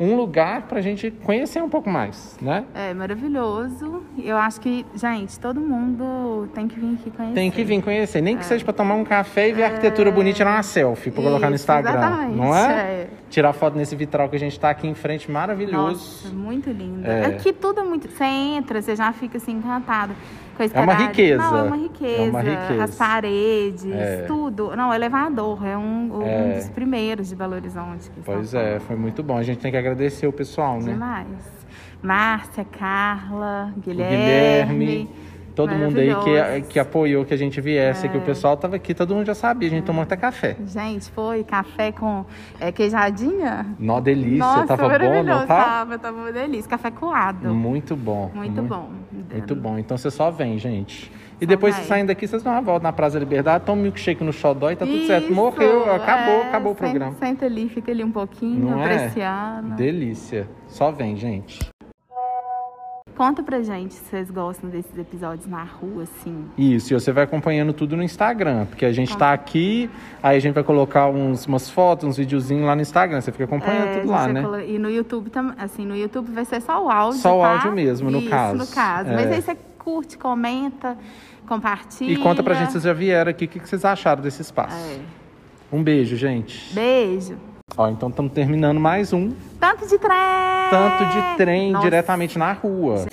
Speaker 1: um lugar pra gente conhecer um pouco mais, né?
Speaker 2: É maravilhoso. Eu acho que, gente, todo mundo tem que vir aqui conhecer.
Speaker 1: Tem que vir conhecer, nem que seja pra tomar um café e ver a arquitetura bonita e tirar uma selfie pra colocar no
Speaker 2: É. Isso,
Speaker 1: Instagram,
Speaker 2: exatamente,
Speaker 1: não é?
Speaker 2: é.
Speaker 1: Tirar foto nesse vitral que a gente tá aqui em frente, maravilhoso.
Speaker 2: Nossa, muito lindo.
Speaker 1: É.
Speaker 2: Aqui tudo é muito. Você entra, você já fica assim encantado. com
Speaker 1: uma
Speaker 2: a escadaria.
Speaker 1: riqueza.
Speaker 2: Não, é uma
Speaker 1: É uma
Speaker 2: riqueza.
Speaker 1: riqueza.
Speaker 2: As paredes,
Speaker 1: É.
Speaker 2: tudo. Não, o elevador é um, um
Speaker 1: É.
Speaker 2: dos primeiros de Belo Horizonte. que
Speaker 1: Pois
Speaker 2: São
Speaker 1: é,
Speaker 2: Paulo.
Speaker 1: foi muito bom. A gente tem que agradecer o pessoal, né?
Speaker 2: Demais. Márcia, Carla,
Speaker 1: O
Speaker 2: Guilherme.
Speaker 1: Guilherme, todo mundo aí que,
Speaker 2: maravilhosos.
Speaker 1: que apoiou que a gente viesse,
Speaker 2: É.
Speaker 1: que o pessoal tava aqui, todo mundo já sabia, a gente tomou até café.
Speaker 2: Gente, foi café com é, queijadinha?
Speaker 1: Nó delícia,
Speaker 2: Nossa,
Speaker 1: tava bom,
Speaker 2: maravilhoso.
Speaker 1: não tá? Hum,
Speaker 2: Tava, tava uma delícia. Café coado.
Speaker 1: Muito bom.
Speaker 2: muito bom.
Speaker 1: Muito bom. Então você só vem, gente. E depois
Speaker 2: né? vai.
Speaker 1: vocês saindo daqui, vocês dão uma volta na Praça da Liberdade, tomam um milkshake no Xodó e tá tudo certo.
Speaker 2: Isso,
Speaker 1: Morreu, acabou,
Speaker 2: é,
Speaker 1: acabou o
Speaker 2: senta-
Speaker 1: programa.
Speaker 2: Senta ali, fica ali um pouquinho,
Speaker 1: Não é?
Speaker 2: apreciando.
Speaker 1: Delícia. Só vem, gente.
Speaker 2: Conta pra gente se vocês gostam desses episódios na rua, assim.
Speaker 1: Isso, e você vai acompanhando tudo no Instagram, porque a gente tá aqui, aí a gente vai colocar uns, umas fotos, uns videozinhos lá no Instagram. Você fica acompanhando
Speaker 2: É,
Speaker 1: tudo lá,
Speaker 2: você
Speaker 1: né?
Speaker 2: colo- E no YouTube também, assim, no YouTube vai ser só o áudio,
Speaker 1: Só o
Speaker 2: tá?
Speaker 1: áudio mesmo, no
Speaker 2: Isso,
Speaker 1: caso.
Speaker 2: no caso.
Speaker 1: É.
Speaker 2: Mas aí você curte, comenta, compartilha.
Speaker 1: E conta pra gente se vocês já vieram aqui, o que que vocês acharam desse espaço.
Speaker 2: É.
Speaker 1: Um beijo, gente.
Speaker 2: Beijo.
Speaker 1: Ó, então estamos terminando mais um
Speaker 2: Tanto de trem!
Speaker 1: tanto de trem
Speaker 2: É, Nossa.
Speaker 1: diretamente na rua.